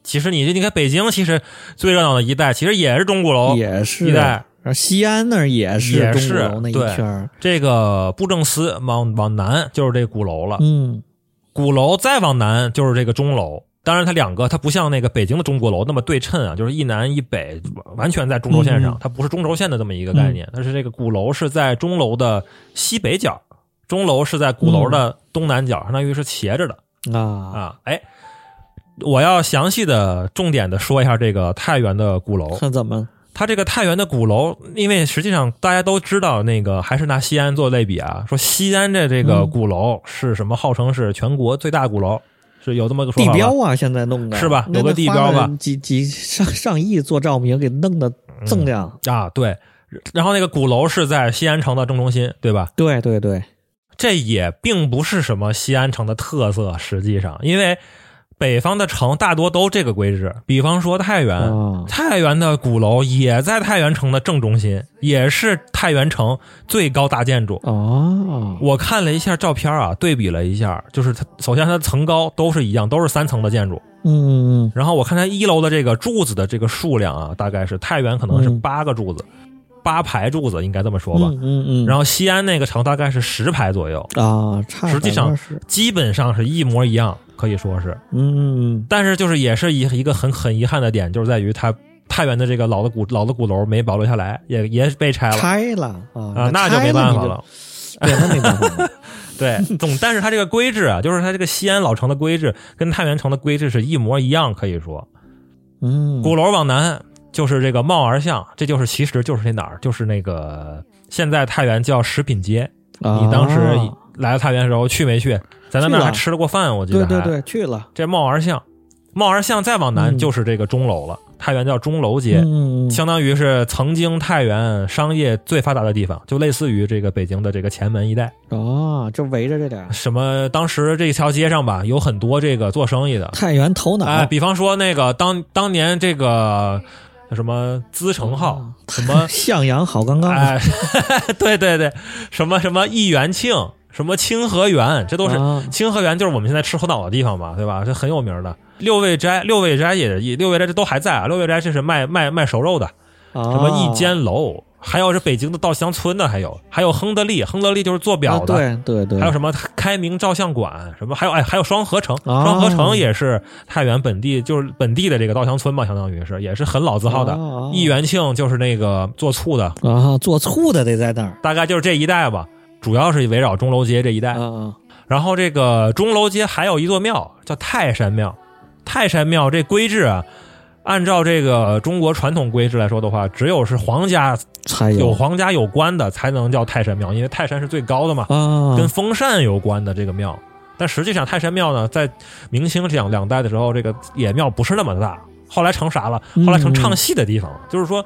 其实你你看北京，其实最热闹的一带其实也是钟鼓楼，也是，嗯哦一然带后西安那儿也是也钟鼓是楼那一对圈儿，这个布政司往往南就是这鼓楼了，嗯，鼓楼再往南就是这个钟楼。当然，它两个它不像那个北京的钟鼓楼那么对称啊，就是一南一北，完全在中轴线上，嗯它不是中轴线的这么一个概念。但是这个鼓楼是在钟楼的西北角，钟楼是在鼓楼的东南角，相当于是斜着啊，的啊。哎，我要详细的、重点的说一下这个太原的鼓楼。看怎么它这个太原的鼓楼，因为实际上大家都知道，那个还是拿西安做类比啊，说西安的这嗯个鼓楼是什么？号称是全国最大鼓楼，是有这么个说地法吧标啊，现在弄的是吧那有个那地花标吧了几几上上亿做照明给弄得锃亮，啊，对。然后那个鼓楼是在西安城的正中心，对吧？对对对，这也并不是什么西安城的特色，实际上，因为北方的城大多都这个规制。比方说太原，啊太原的鼓楼也在太原城的正中心，也是太原城最高大建筑。哦，我看了一下照片啊，对比了一下，就是它首先它的层高都是一样，都是三层的建筑。嗯然后我看它一楼的这个柱子的这个数量啊，大概是太原可能是嗯八个柱子，八排柱子应该这么说吧。嗯嗯嗯，然后西安那个城大概是十排左右，啊，差实际上是，基本上是一模一样，可以说是。嗯，但是就是也是一一个很很遗憾的点，就是在于它太原的这个老的鼓老的鼓楼没保留下来，也也被拆了拆了啊啊，，那就没办法了了。你就，对，那没办法了，对，总但是它这个规制啊，就是它这个西安老城的规制跟太原城的规制是一模一样，可以说嗯，鼓楼往南就是这个帽儿巷，这就是其实就是那哪儿，就是那个现在太原叫食品街。你当时啊来太原的时候去没去？咱在去那儿了还吃了过饭，我记得对还。对对去了，这帽儿巷，帽儿巷再往南嗯就是这个钟楼了，太原叫钟楼街。嗯，相当于是曾经太原商业最发达的地方，就类似于这个北京的这个前门一带。哦，就围着这点儿什么？当时这条街上吧，有很多这个做生意的，太原头脑，哎，比方说那个当当年这个叫什么资哎成号，什么啊 向阳好刚刚， 哎，对对对，什么什么易元庆，什么清河园，这都是、啊清河园，就是我们现在吃猴脑的地方嘛，对吧？这很有名的。六味斋，六味斋也也六味斋这都还在啊。六味斋这是卖卖卖熟肉的，啊，什么一间楼，还有是北京的稻香村的，还有还有亨德利，亨德利就是做啊表的，对对对，还有什么开明照相馆，什么还有哎，还有双河城，哦双河城也是太原本地，就是本地的这个稻香村嘛，相当于是也是很老字号的哦。易元庆就是那个做醋的，啊，做醋的得在那儿大概就是这一带吧，主要是围绕钟楼街这一带。啊然后这个钟楼街还有一座庙叫泰山庙，泰山庙这规制啊，按照这个中国传统规制来说的话，只有是皇家才有皇家有关的才能叫泰山庙，因为泰山是最高的嘛。啊，跟风扇有关的这个庙。但实际上，泰山庙呢，在明清两两代的时候，这个野庙不是那么大，后来成啥了？后来嗯成唱戏的地方了。就是说，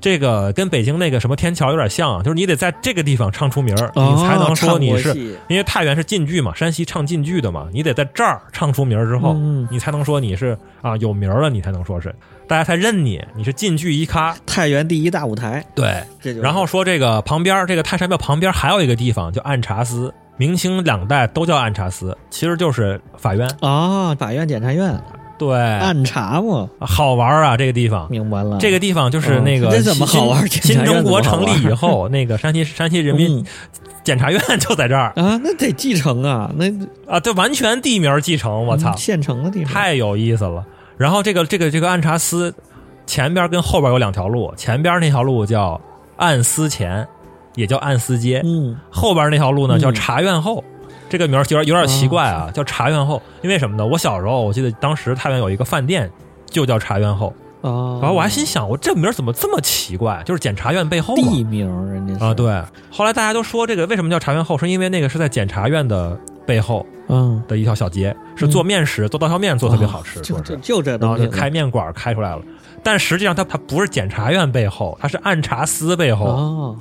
这个跟北京那个什么天桥有点像啊，就是你得在这个地方唱出名儿，哦你才能说你唱是国戏，因为太原是晋剧嘛，山西唱晋剧的嘛，你得在这儿唱出名儿之后，嗯你才能说你是啊有名儿了，你才能说是大家才认你，你是晋剧一咖。太原第一大舞台，对，这就是然后说这个旁边儿这个泰山庙旁边儿还有一个地方叫按察司，明清两代都叫按察司，其实就是法院。啊，法院、检察院对，暗查嘛，好玩儿啊，这个地方。明白了，这个地方就是那个嗯这新、怎么好玩儿新检察院中国怎么好成玩儿立以后，那个山西山西人民嗯检察院就在这儿啊，那得继承啊，那啊，这完全地名儿继承，我操嗯，现成的地方，太有意思了。然后这个这个这个按察司前边儿跟后边儿有两条路，前边儿那条路叫按司前，也叫按司街。嗯后边那条路嗯呢叫茶院后，这个名儿有点有点奇怪啊，叫茶院后，因为什么呢？我小时候我记得当时太原有一个饭店就叫茶院后，啊，然后我还心想我这名儿怎么这么奇怪？就是检察院背后嘛地名儿人家是啊，，对。后来大家都说这个为什么叫茶院后，是因为那个是在检察院的背后嗯，的一条小街，是做面食、做刀削面做得特别好吃，哦就说。就是就这然后东西就开面馆儿开出来了，但实际上它它不是检察院背后，它是按察司背后。哦，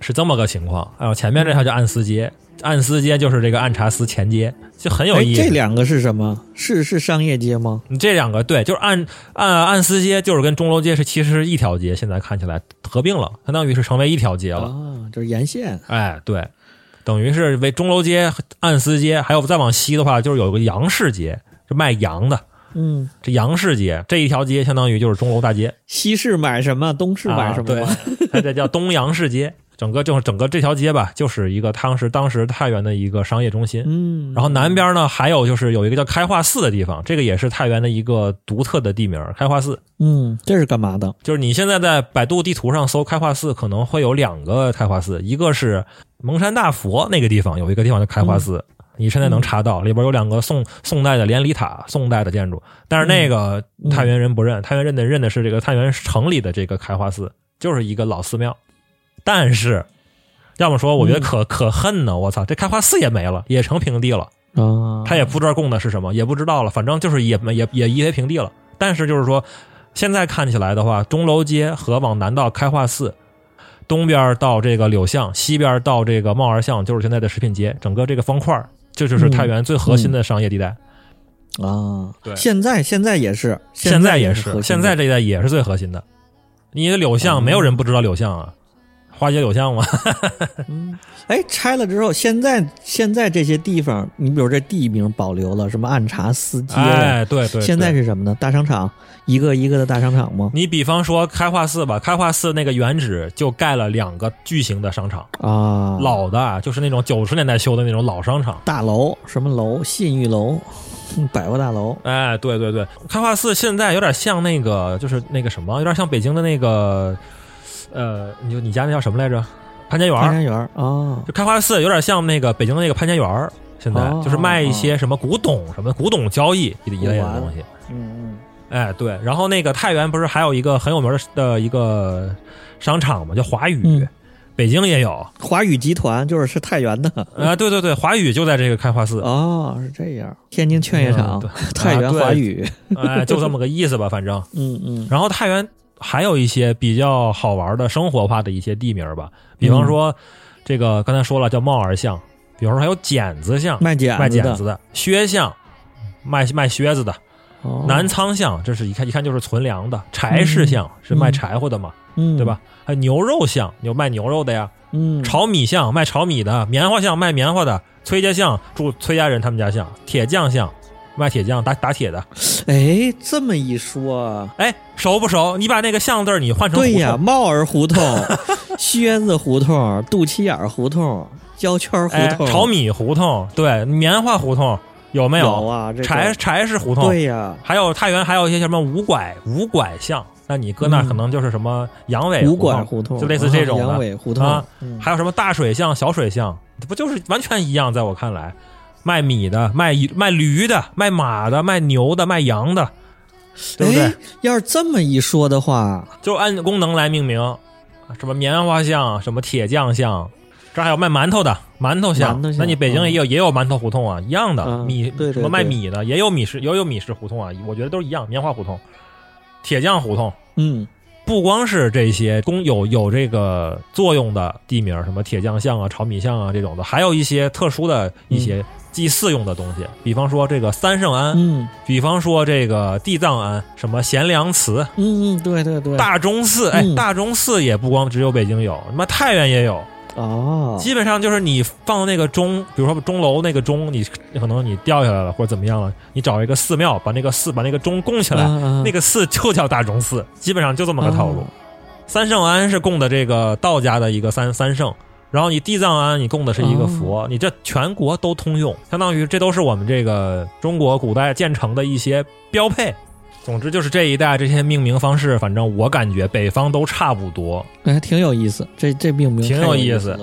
是这么个情况。哎呦，前面这条叫暗司街，暗司街就是这个暗察司前街，就很有哎，意思。这两个是什么？是是商业街吗？你这两个对，就是暗暗暗司街，就是跟钟楼街是其实是一条街，现在看起来合并了，相当于是成为一条街了。啊，就是沿线哎，对，等于是为钟楼街、暗司街，还有再往西的话，就是有个杨市街，是卖羊的。嗯，这杨市街这一条街，相当于就是钟楼大街， 西市买什么，东市买什么吗啊、对，它这叫东杨市街。整个就是整个这条街吧，就是一个当时当时太原的一个商业中心。嗯，然后南边呢，还有就是有一个叫开化寺的地方，这个也是太原的一个独特的地名儿。开化寺嗯，这是干嘛的？就是你现在在百度地图上搜开化寺，可能会有两个开化寺，一个是蒙山大佛那个地方有一个地方叫开化寺，嗯你现在能查到，里边有两个宋宋代的连理塔，宋代的建筑，但是那个嗯太原人不认，太原认的认的是这个太原城里的这个开化寺，就是一个老寺庙，但是。要么说，我嗯觉得可、可恨呢！我操，这开化寺也没了，也成平地了。啊，他也不知道供的是什么，也不知道了，反正就是也也也夷为平地了。但是就是说，现在看起来的话，钟楼街和往南到开化寺，东边到这个柳巷，西边到这个帽儿巷，就是现在的食品街，整个这个方块儿，这就是太原最核心的商业地带。啊，对现在现在也是，现在也也是，核心现在这一带也是最核心的。你的柳巷，嗯没有人不知道柳巷啊，花街柳巷嘛。嗯，哎，拆了之后，现在现在这些地方，你比如这地名保留了，什么暗查司街，哎，对对。现在对是什么呢？大商场，一个一个的大商场吗？你比方说开化寺吧，开化寺那个原址就盖了两个巨型的商场。啊，老的啊，就是那种九十年代修的那种老商场。大楼什么楼？信誉楼，嗯百货大楼，哎，对对对，开化寺现在有点像那个，就是那个什么，有点像北京的那个，呃，你就你家那叫什么来着？潘家园潘家儿。园儿啊，就开化寺有点像那个北京的那个潘家园儿，现在、哦就是卖一些什么古董、什么古董交易一类古的玩东西。嗯哎，对，然后那个太原不是还有一个很有名的的呃一个商场嘛，叫华宇，嗯，北京也有。嗯，华宇集团就是是太原的。啊，对对对，华宇就在这个开化寺。哦，是这样。天津劝业嗯场对、太啊原对华宇，哎，就这么个意思吧，反正。嗯嗯，然后太原还有一些比较好玩的生活化的一些地名儿吧，比嗯方说、这个刚才说了叫帽儿巷，比方说还有剪子巷，卖剪卖剪的子的；靴巷，卖卖靴子的；哦南仓巷这是一看一看就是存粮的，柴市巷是卖柴火的嘛，嗯，对吧？？还有牛肉巷有卖牛肉的呀，嗯，炒米巷卖炒米的，棉花巷卖棉花的，崔家巷住崔家人他们家巷，铁匠巷卖铁匠打打铁的。哎，这么一说，啊哎，熟不熟？你把那个巷字儿你换成对胡呀，同，帽儿胡同、 靴子胡同、肚脐眼儿胡同、胶圈儿胡哎，同、炒米胡同，对，棉花胡同有没有啊这个柴柴是胡同，对呀，还有太原还有一些什么五拐五拐巷，那你搁那儿嗯可能就是什么杨尾五拐胡同就类似这种啊的杨尾胡同啊嗯还有什么大水巷、小水巷，这不就是完全一样？在我看来，卖米的、卖卖驴的、卖马的、卖牛的、卖羊的，对不对？哎，要是这么一说的话，就按功能来命名，啊什么棉花巷、什么铁匠巷，这还有卖馒头的馒头巷。馒头巷那你北京也有、也有馒头胡同啊，一样的、嗯米对对什么卖对米的也有米市也有米市胡同啊，我觉得都是一样，棉花胡同、铁匠胡同。嗯，不光是这些公有有这个作用的地名，什么铁匠巷啊、炒米巷啊这种的，还有一些特殊的一些祭祀用的东西，比方说这个三圣庵，嗯比方说这个地藏庵，什么贤良祠、嗯嗯，对对对，大钟寺，哎，嗯大钟寺也不光只有北京有，他妈太原也有。哦，基本上就是你放那个钟，比如说钟楼那个钟，你可能你掉下来了或者怎么样了，你找一个寺庙把那个寺把那个钟供起来，嗯嗯那个寺就叫大钟寺，基本上就这么个套路。哦三圣庵是供的这个道家的一个三三圣，然后你地藏庵你供的是一个佛，你这全国都通用，相当于这都是我们这个中国古代建成的一些标配。总之就是这一代这些命名方式，反正我感觉北方都差不多。还哎挺有意思，这这并没有挺太有有意思思了，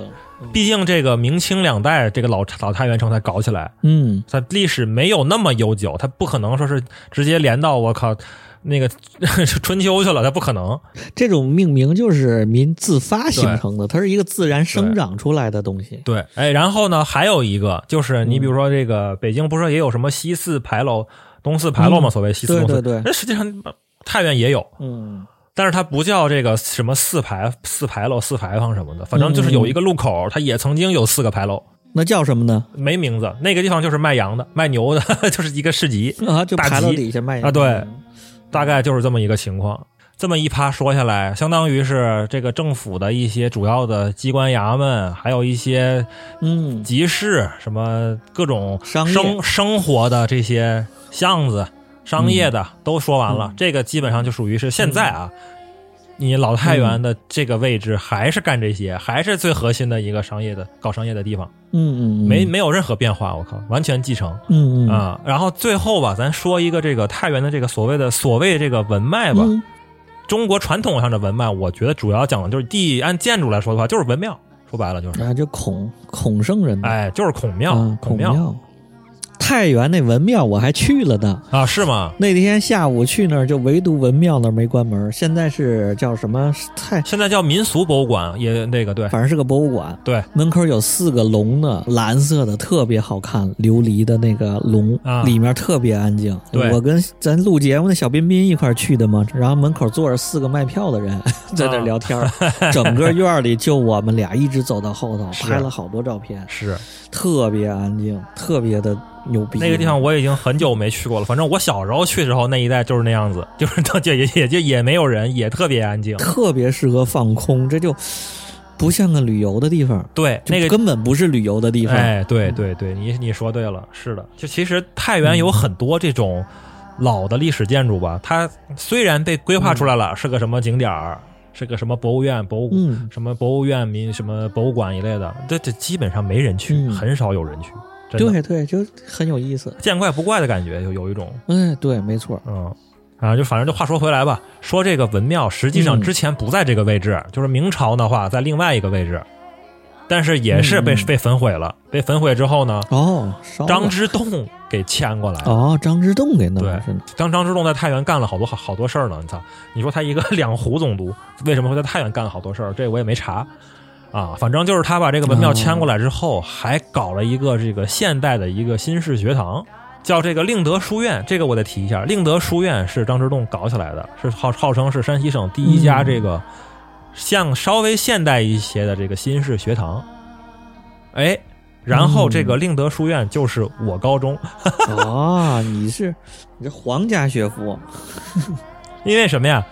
毕竟这个明清两代这个老老太原城才搞起来，嗯，它历史没有那么悠久，它不可能说是直接连到我靠那个 春秋去了，它不可能。这种命名就是民自发形成的，它是一个自然生长出来的东西。对，哎，然后呢，还有一个就是你比嗯如说这个、北京不是也有什么西四牌楼、东四牌楼嘛？嗯所谓西四对东四，对对那实际上呃太原也有，嗯，但是它不叫这个什么四牌、四牌楼、四牌坊什么的，反正就是有嗯一个路口，它也曾经有四个牌楼，那叫什么呢？没名字。那个地方就是卖羊的、卖牛的， 就是一个市集。啊，就大牌楼集底下卖啊对大概就是这么一个情况。这么一趴说下来，相当于是这个政府的一些主要的机关衙门，还有一些嗯，集市，什么各种商业生生活的这些巷子、商业的、嗯都说完了。这个基本上就属于是现在啊，你老太嗯原的这个位置还是干这些，还是最核心的一个商业的搞商业的地方，嗯嗯，没没有任何变化。我靠，完全继承。嗯，嗯嗯啊、然后最后吧，咱说一个这个太原的这个所谓的所谓这个文脉吧，嗯中国传统上的文脉，我觉得主要讲的就是地，按建筑来说的话，就是文庙，说白了就是，啊，就孔孔圣人的哎，就是孔庙，啊孔孔太原那文庙我还去了呢。啊，是吗？那天下午去那儿，就唯独文庙那儿没关门。现在是叫什么太，现在叫民俗博物馆，也那个对反正是个博物馆。对门口有四个龙呢，蓝色的，特别好看，琉璃的那个龙，啊里面特别安静。对我跟咱录节目那小彬彬一块儿去的嘛，然后门口坐着四个卖票的啊人在那儿聊天儿， 整个院儿里就我们俩，一直走到后头，是拍了好多照片，是特别安静，特别的牛逼。那个地方，我已经很久没去过了。反正我小时候去的时候，那一带就是那样子， 就是到就也也就也没有人，也特别安静。特别适合放空，这就不像个旅游的地方，对，就那个根本不是旅游的地方。嗯哎，对对对，你你说对了，是的。就其实太原有很多这种老的历史建筑吧，它虽然被规划出来了，是个什么景点儿，是个什么博物院、博物、嗯什么博物院、民什么博物馆一类的，这这基本上没人去，嗯很少有人去，真对的对，就很有意思。见怪不怪的感觉，有有一种哎，对，没错。嗯。啊，就反正就话说回来吧，说这个文庙实际上嗯之前不在这个位置，就是明朝的话在另外一个位置，但是也是被、嗯被焚毁了。被焚毁之后呢，哦，烧了张之洞给迁过来。哦，张之洞给弄对的是吗？张张之洞在太原干了好多好好多事儿呢。你操，你说他一个 两湖总督，为什么会在太原干了好多事儿？这我也没查啊。反正就是他把这个文庙迁过来之后，还搞了一个这个现代的一个新式学堂，叫这个令德书院。这个我得提一下，令德书院是张之洞搞起来的，是号号称是山西省第一家嗯这个像稍微现代一些的这个新式学堂。哎，然后这个令德书院就是我高中， 哦，你是你这皇家学府，因为什么呀？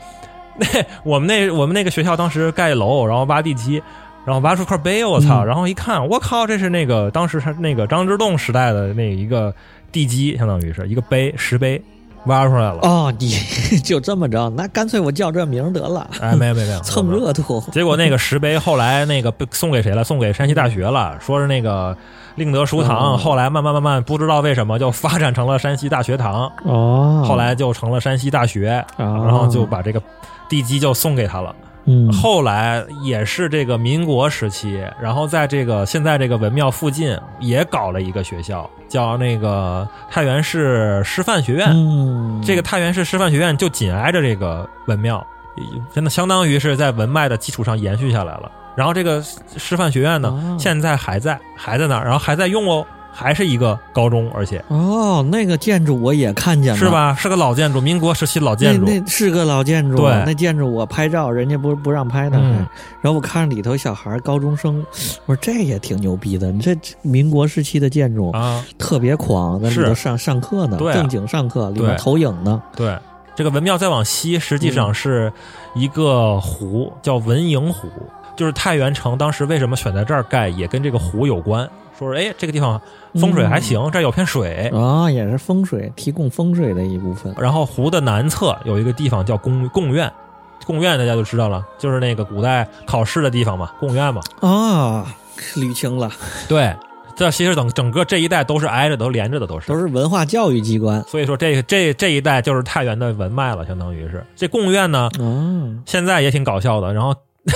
那我们那我们那个学校当时盖楼，然后挖地基，然后挖出块碑，我操！嗯然后一看，我靠，这是那个当时是那个张之洞时代的那一个地基，相当于是一个碑石碑挖出来了。哦，你 就这么着，那干脆我叫这名儿得了，哎，没有没有没有， 蹭我们热度。结果那个石碑后来那个被送给谁了？送给山西大学了，说是那个令德书堂，哦后来慢慢慢慢不知道为什么就发展成了山西大学堂，哦后来就成了山西大学，哦然后就把这个地基就送给他了。嗯后来也是这个民国时期，然后在这个现在这个文庙附近也搞了一个学校，叫那个太原市师范学院。嗯，这个太原市师范学院就紧挨着这个文庙，真的相当于是在文脉的基础上延续下来了。然后这个师范学院呢，哦现在还在，还在那儿，然后还在用哦，还是一个高中，而且哦，那个建筑我也看见了，是？吧？是个老建筑，民国时期老建筑。那那是个老建筑，啊对那建筑我拍照，人家不不让拍呢。嗯还然后我看里头小孩儿高中生，我说这也挺牛逼的，你这这民国时期的建筑、啊，特别狂，那里是头上上课呢，对啊正经上课，里面对投影呢。对，这个文庙再往西，实际上是一个湖，叫文营湖，就是太原城当时为什么选在这儿盖，也跟这个湖有关。说是哎，这个地方风水还行，这儿有片水。啊、也是风水提供风水的一部分。然后湖的南侧有一个地方叫贡贡院，贡院大家就知道了，就是那个古代考试的地方嘛，贡院嘛。啊，捋清了，对，这其实整整个这一带都是挨着，都连着的，都是。都是文化教育机关。所以说这个这这一带就是太原的文脉了，相当于是这贡院呢，啊，现在也挺搞笑的，然后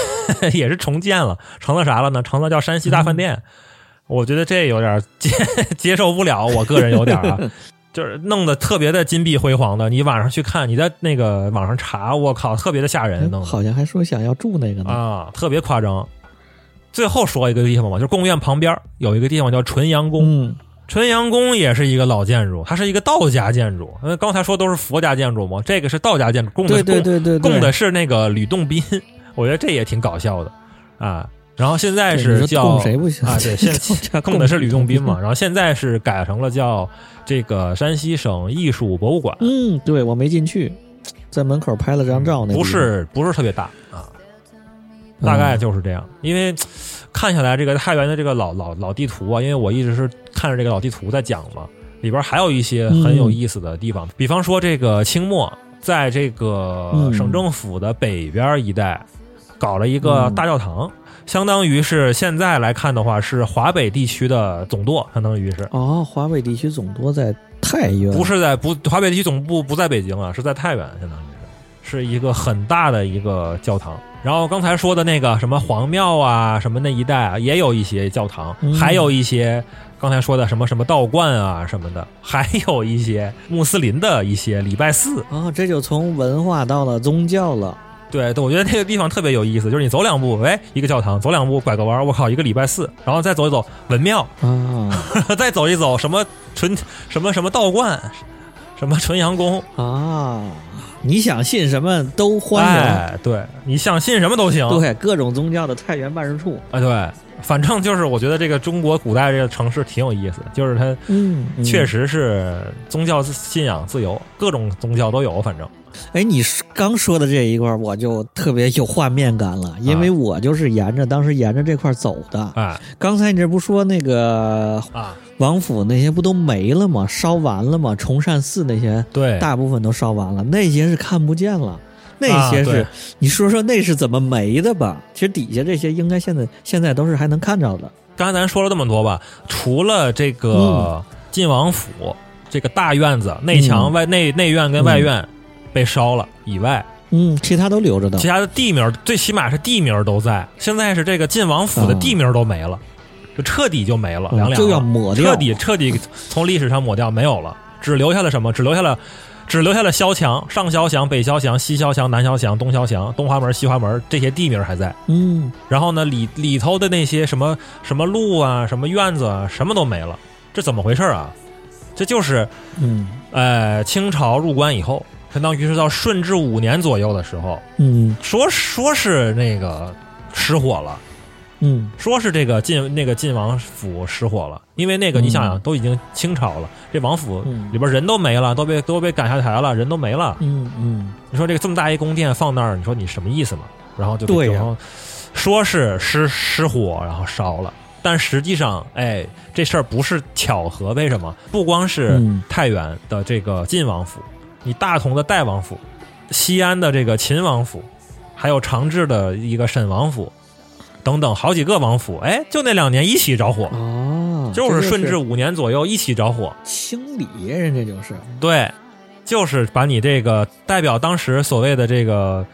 也是重建了，成了啥了呢？成了叫山西大饭店。嗯我觉得这有点 接接受不了，我个人有点 啊，就是弄得特别的金碧辉煌的。你晚上去看，你在那个网上查，我靠，特别的吓人，哎弄哎好像还说想要住那个得呢。啊，特别夸张。最后说一个地方吧，就是贡院旁边有一个地方叫纯阳宫，嗯，纯阳宫也是一个老建筑，它是一个道家建筑。因为刚才说都是佛家建筑嘛，这个是道家建筑，供的对是对供对对对，供的是那个吕洞宾， 我觉得这也挺搞笑的啊。然后现在对是你说叫供谁不行啊？对，现 供的是吕洞宾嘛。然后现在是改成了叫这个山西省艺术博物馆，嗯，对我没进去，在门口拍了张照那地方。不是不是特别大啊，嗯大概就是这样。因为看下来这个太原的这个老老老地图啊，因为我一直是看着这个老地图在讲嘛，里边还有一些很有意思的地方，比方说这个清末在这个嗯省政府的北边一带搞了一个大教堂。相当于是现在来看的话，是华北地区的总舵，相当于是哦，华北地区总舵在太原，不是在不华北地区总部不在北京啊，是在太原，相当于是是一个很大的一个教堂。然后刚才说的那个什么黄庙啊，什么那一带啊，也有一些教堂，嗯还有一些刚才说的什么什么道观啊什么的，还有一些穆斯林的一些礼拜寺。哦，这就从文化到了宗教了。对，我觉得那个地方特别有意思，就是你走两步，哎，一个教堂；走两步拐个弯，我靠，一个礼拜寺，然后再走一走文庙， 啊再走一走什么纯什么什么道观，什么纯阳宫，啊！你想信什么都欢哎，对你想信什么都行。迎，对各种宗教的太原办事处。啊，对，反正就是我觉得这个中国古代这个城市挺有意思的，就是它嗯，嗯确。实是宗教自信仰自由，各种宗教都有，反正哎，你说刚说的这一块儿，我就特别有画面感了，因为我就是沿着当时沿着这块儿走的。哎啊刚才你这不说那个啊，王府那些不都没了吗？烧完了吗？崇善寺那些对，大部分都烧完了，那些是看不见了，那些是、啊对你说说那是怎么没的吧？其实底下这些应该现在现在都是还能看着的。刚才咱说了这么多吧，除了这个晋王府这个大院子内墙嗯外内内院跟外院被烧了以外，嗯，其他都留着的其。他的地名最起码是地名都在，现在是这个晋王府的啊地名都没了，就彻底就没了，嗯凉凉了就要抹掉彻底彻底从历史上抹掉，没有了，只留下了什么？只留下了。只留下了萧墙、上萧墙、北萧墙、西萧墙、南萧墙、东萧墙、东华门、西华门这些地名还在。嗯，然后呢，里里头的那些什么什么路啊、什么院子啊，什么都没了，这怎么回事啊？这就是嗯呃，清朝入关以后，相当于是到顺治五年左右的时候，嗯说说是那个失火了，嗯说是这个晋那个晋王府失火了，因为那个你想想，都已经清朝了，这王府嗯里边人都没了，都被都被赶下台了，人都没了。嗯嗯，你说这个这么大一宫殿放那儿，你说你什么意思嘛？然后就对呀然后说是失失火，然后烧了。但实际上，哎，这事儿不是巧合。为什么？不光是嗯太原的这个晋王府，你大同的代王府，西安的这个秦王府，还有长治的一个沈王府，等等好几个王府，哎，就那两年一起着火，哦，就是顺治这五年左右一起着火。清理，人家就是对，就是把你这个代表当时所谓的这个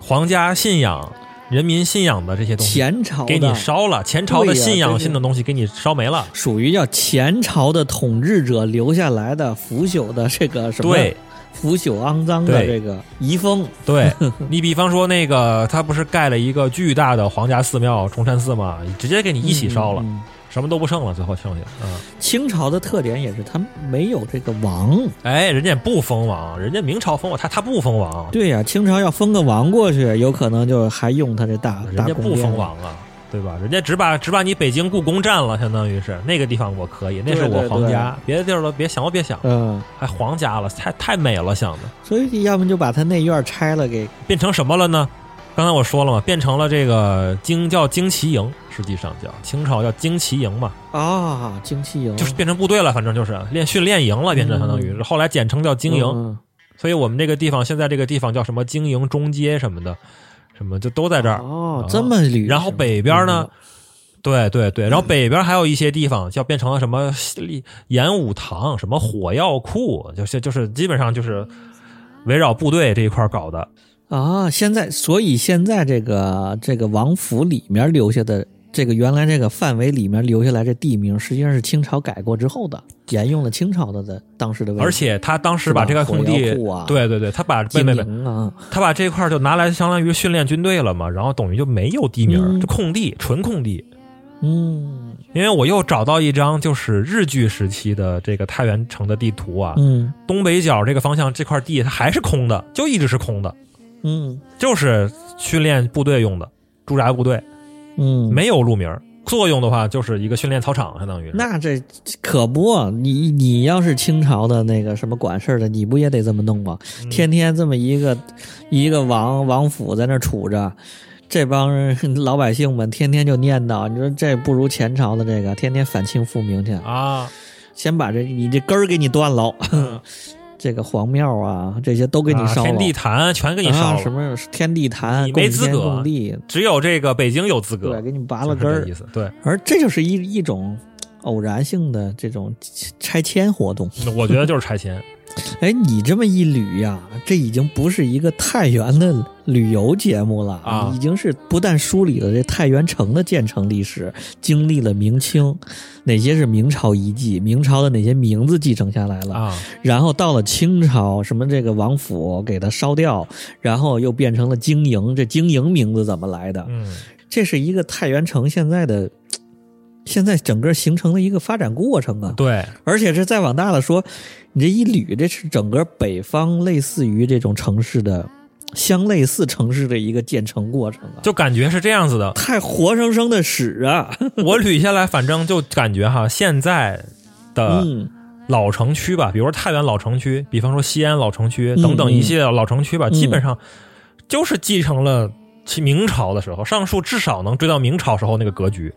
皇家信仰、人民信仰的这些东西前朝给你的，烧了，前朝的对呀信仰真是性的东西给你烧没了。属于叫前朝的统治者留下来的腐朽的这个什么对腐朽肮脏的对这个遗风， 对，你比方说那个他不是盖了一个巨大的皇家寺庙崇山寺嘛，直接给你一起烧了，嗯嗯什么都不剩了，最后剩下，嗯，清朝的特点也是他没有这个王，哎，人家也不封王，人家明朝封王，他他不封王，对呀、清朝要封个王过去，有可能就还用他这大啊人大家宫不殿封王啊。对吧？人家只把只把你北京故宫占了，相当于是那个地方我可以，那是对我对皇对家，别的地儿都别想都别想。嗯，还皇家了，太太美了，想的所以要么就把他内院拆了给，变成什么了呢？刚才我说了嘛，变成了这个京叫旌旗营，实际上叫清朝叫旌旗营嘛，啊、精气营就是变成部队了，反正就是练训练营了，变成相当于、后来简称叫经营。嗯所以我们这个地方现在这个地方叫什么经营中街什么的，什么就都在这儿。哦嗯啊，这么捋。然后北边呢，对对对，然后北边还有一些地方叫变成了什么西演武堂、什么火药库，就是就是基本上就是围绕部队这一块儿搞的。啊，现在所以现在这个这个王府里面留下的这个原来这个范围里面留下来这地名，实际上是清朝改过之后的，沿用了清朝的的当时的位置，而且他当时把这块空嗯是吧火地药库啊，对对对，他把没经没没，营啊，他把这块就拿来相当于训练军队了嘛，然后等于就没有地名儿，嗯这空地纯空地。嗯因为我又找到一张就是日据时期的这个太原城的地图啊，嗯东北角这个方向这块地它还是空的，就一直是空的，嗯就是训练部队用的驻扎部队，嗯，没有路名儿。作用的话就是一个训练操场，相当于是那这可不，啊你你要是清朝的那个什么管事儿的，你不也得这么弄吗？嗯天天这么一个一个王王府在那儿杵着，这帮人老百姓们天天就念叨，你说这不如前朝的这个，天天反清复明去，啊，先把这你这根儿给你断喽，这个皇庙啊这些都给你嗯啊烧了，天地坛全给你烧啊了，什么天地坛，你没供资天格供地，只有这个北京有资格对，，给你拔拔了根儿意，思，对。而这就是一一种偶然性的这种拆迁活动。我觉得就是 拆迁，哎，你这么一捋呀、这已经不是一个太原的旅游节目了啊已经是不但梳理了这太原城的建成历史，经历了明清，哪些是明朝遗迹，明朝的哪些名字继承下来了，啊，然后到了清朝，什么这个王府给它烧掉，然后又变成了经营，这经营名字怎么来的？嗯，这是一个太原城现在的，现在整个形成的一个发展过程啊。对，而且这再往大了说，你这一捋，这是整个北方类似于这种城市的相类似城市的一个建成过程啊，。就感觉是这样子的太活生生的史啊！我捋下来，反正就感觉哈，现在的嗯老城区吧，比如说太原老城区，比方说西安老城区等等嗯一系列老城区吧，嗯基本上就是继承了其明朝的时候，上述至少能追到明朝时候那个格局，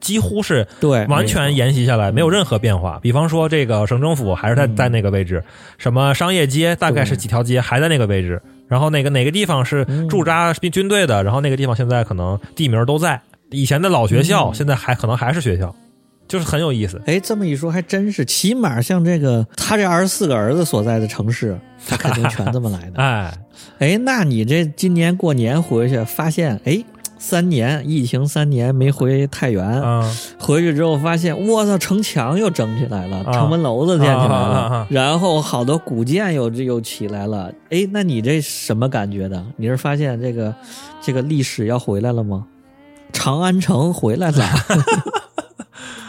几乎是对，完全沿袭下来，没有任何变化。比方说，这个省政府还是在嗯在那个位置，什么商业街大概是几条街还在那个位置，然后哪个哪个地方是嗯驻扎军队的，然后那个地方现在可能地名都在。以前的老学校，嗯现在还可能还是学校，就是很有意思。哎，这么一说还真是，起码像这个他这二十四个儿子所在的城市，他肯定全这么来 的。哎，哎，那你这今年过年回去发现，哎，三年疫情三年没回太原，嗯，回去之后发现，我操，城墙又整起来了，啊城门楼子建起来啊啊啊了啊，然后好多古建又又起来了。哎，那你这什么感觉的？你是发现这个这个历史要回来了吗？长安城回来 了，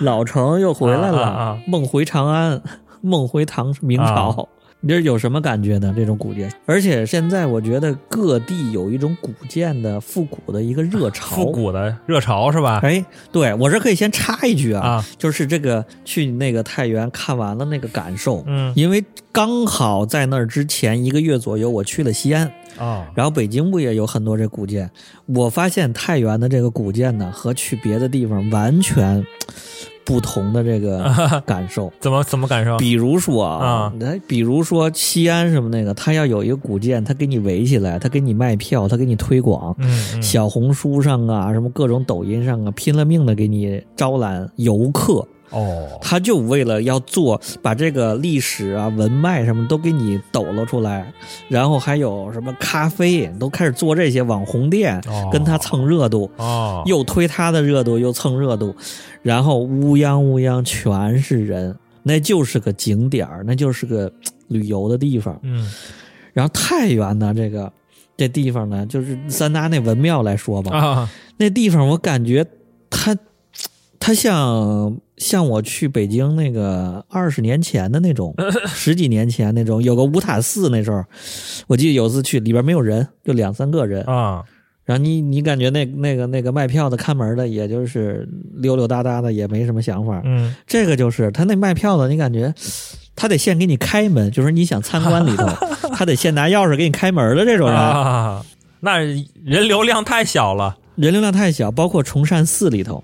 老城又回来啊啊啊啊了，梦回长安，梦回唐明朝，你这有什么感觉呢？这种古建，而且现在我觉得各地有一种古建的复古的一个热潮。复古的热潮是吧？哎，对我这可以先插一句啊，啊就是这个去那个太原看完了那个感受，嗯因为刚好在那儿之前一个月左右，我去了西安，哦，然后北京不也有很多这古建？我发现太原的这个古建呢，和去别的地方完全不同的这 个感受。怎么怎么感受？比如说啊，那比如说西安什么那个，他要有一个古建，他给你围起来，他给你卖票，他给你推广，嗯嗯小红书上啊，什么各种抖音上啊，拼了命的给你招揽游客，哦，他就为了要做把这个历史啊、文脉什么都给你抖搂出来，然后还有什么咖啡都开始做这些网红店，哦跟他蹭热度，哦，又推他的热度，又蹭热度，然后乌泱乌泱全是人，那就是个景点儿，那就是个旅游的地方。嗯然后太原呢，这个这地方呢，就是咱拿那文庙来说吧，啊，那地方我感觉它它像像我去北京那个二十年前的那 种，十几年前那种，有个五塔寺那时候，我记得有次去里边没有人，就两三个人，啊，然后你你感觉那那个那个卖票的看门的，也就是溜溜达达的，也没什么想法。嗯，这个就是他那卖票的，你感觉他得先给你开门，就是你想参观里 头，他得先拿钥匙给你开门的这种人，啊，那人流量太小了，人流量太小。包括崇善寺里头，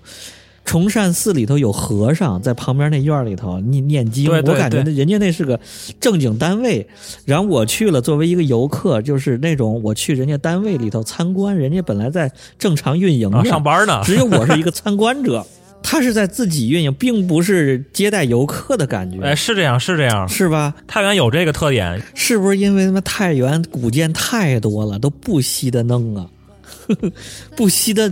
崇善寺里头有和尚在旁边那院里头念念经，对对我感觉那人家那是个正经单位。然后我去了，作为一个游客，就是那种我去人家单位里头参观，人家本来在正常运营啊，呢上班呢，只有我是一个参观者，他是在自己运营，并不是接待游客的感觉， 哎，是这样，是这样，是吧？太原有这个特点，是不是因为他妈太原古建太多了，都不惜的弄啊？ 不惜的，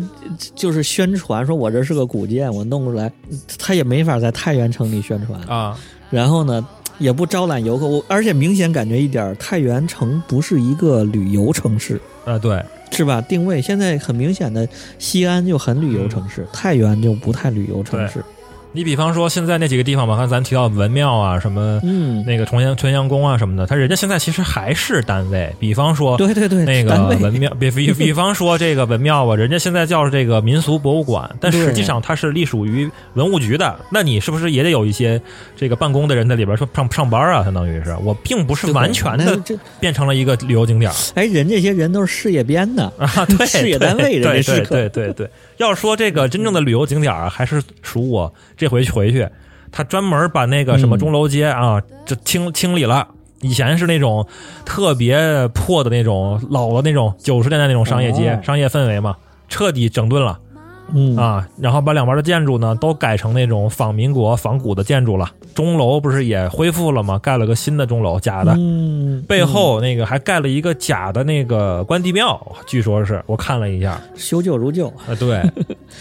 就是宣传说我这是个古建，我弄出来，他也没法在太原城里宣传。啊，然后呢，也不招揽游客，我而且明显感觉一点儿，太原城不是一个旅游城市。呃，对，是吧？定位现在很明显的，西安就很旅游城嗯市，太原就不太旅游城市。你比方说现在那几个地方吧，刚才咱提到文庙啊，什么嗯，那个重阳纯阳宫啊什么的，他人家现在其实还是单位，比方说对对 对，那个单位文庙，比比比方说这个文庙啊吧，人家现在叫这个民俗博物馆，但实际上它是隶属于文物局的。那你是不是也得有一些这个办公的人在里边上上上班啊？相当于是我并不是对完全那的 这变成了一个旅游景点儿哎，人这些人都是事业编的，啊， 对，事业对单位人家对是对可对对对。要说这个真正的旅游景点儿啊，还是属我这回去回去，他专门把那个什么嗯钟楼街啊，就清清理了。以前是那种特别破的那种老的那种九十年代那种商业街、哦商业氛围嘛，彻底整顿了嗯，啊。然后把两边的建筑呢都改成那种仿民国、仿古的建筑了。钟楼不是也恢复了吗？盖了个新的钟楼，假的。嗯，背后那个还盖了一个假的那个关帝庙，据说是我看了一下，修旧如旧，啊，对，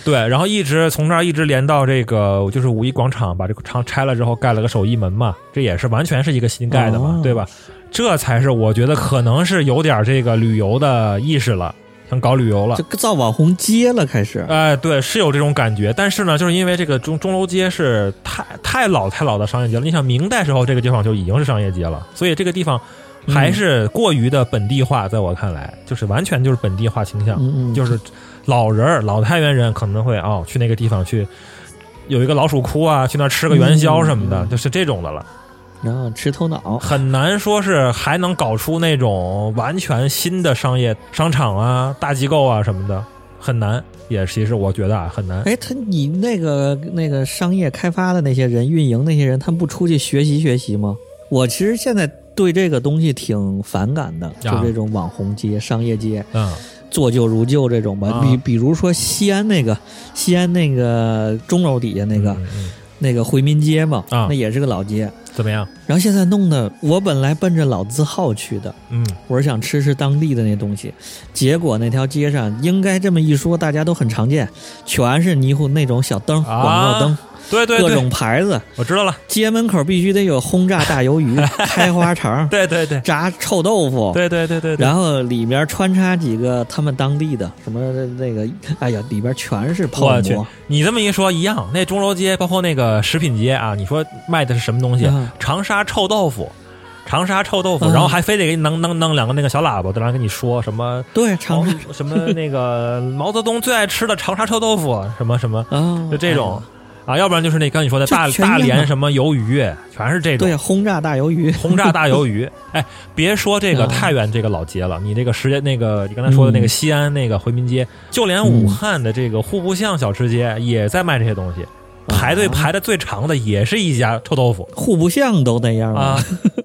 对，然后一直从这儿一直连到这个就是五一广场，把这个厂拆了之后盖了个首义门嘛，这也是完全是一个新盖的嘛，哦对吧？这才是我觉得可能是有点这个旅游的意识了，想搞旅游了就。造网红街了，开始。哎，对，是有这种感觉，但是呢，就是因为这个钟钟楼街是太太老太老的商业街了。你想，明代时候这个地方就已经是商业街了，所以这个地方还嗯是过于的本地化，在我看来，就是完全就是本地化倾向。嗯嗯，就是老人儿、老太原人可能会哦，去那个地方去有一个老鼠窟啊，去那儿吃个元宵什么的，嗯就是这种的了。然后吃头脑，很难说是还能搞出那种完全新的商业商场啊、大机构啊什么的，很难。也其实我觉得啊，很难。哎，他你那个那个商业开发的那些人，运营那些人，他们不出去学习学习吗？我其实现在对这个东西挺反感的，就啊这种网红街、商业街，嗯，做旧如旧这种吧啊。比比如说西安那个西安那个钟楼底下那个、嗯嗯那个回民街嘛，啊那也是个老街。怎么样？然后现在弄的，我本来奔着老字号去的，嗯，我是想吃吃当地的那东西，结果那条街上应该这么一说，大家都很常见，全是霓虹那种小灯、啊广告灯、对对各对，种牌子，我知道了。街门口必须得有轰炸大鱿 鱼、开花肠、对对对，炸臭豆腐，对对对对对，哦然后里面穿插几个他们当地的什么那个，哎呀，里边全是泡我去馍，，你这么一说一样，那钟楼街包括那个食品街啊，你说卖的是什么东西？嗯长沙臭豆腐，长沙臭豆腐，嗯然后还非得给你弄弄弄两个那个小喇叭，在那跟你说什么哦对，长沙 毛什么那个毛泽东最爱吃的长沙臭豆腐，什么什么，啊，哦就这种哎啊，要不然就是那刚你说的就大全一样大嘛连什么鱿鱼，全是这种对轰炸大鱿鱼，轰炸大鱿 鱼。哎，别说这个啊太原这个老街了，你这个时间那个你刚才说的那个嗯西安那个回民街，就连武汉的这个户部巷小吃街也在卖这些东西，啊排队排的最长的也是一家臭豆腐户部巷都那样啊了，。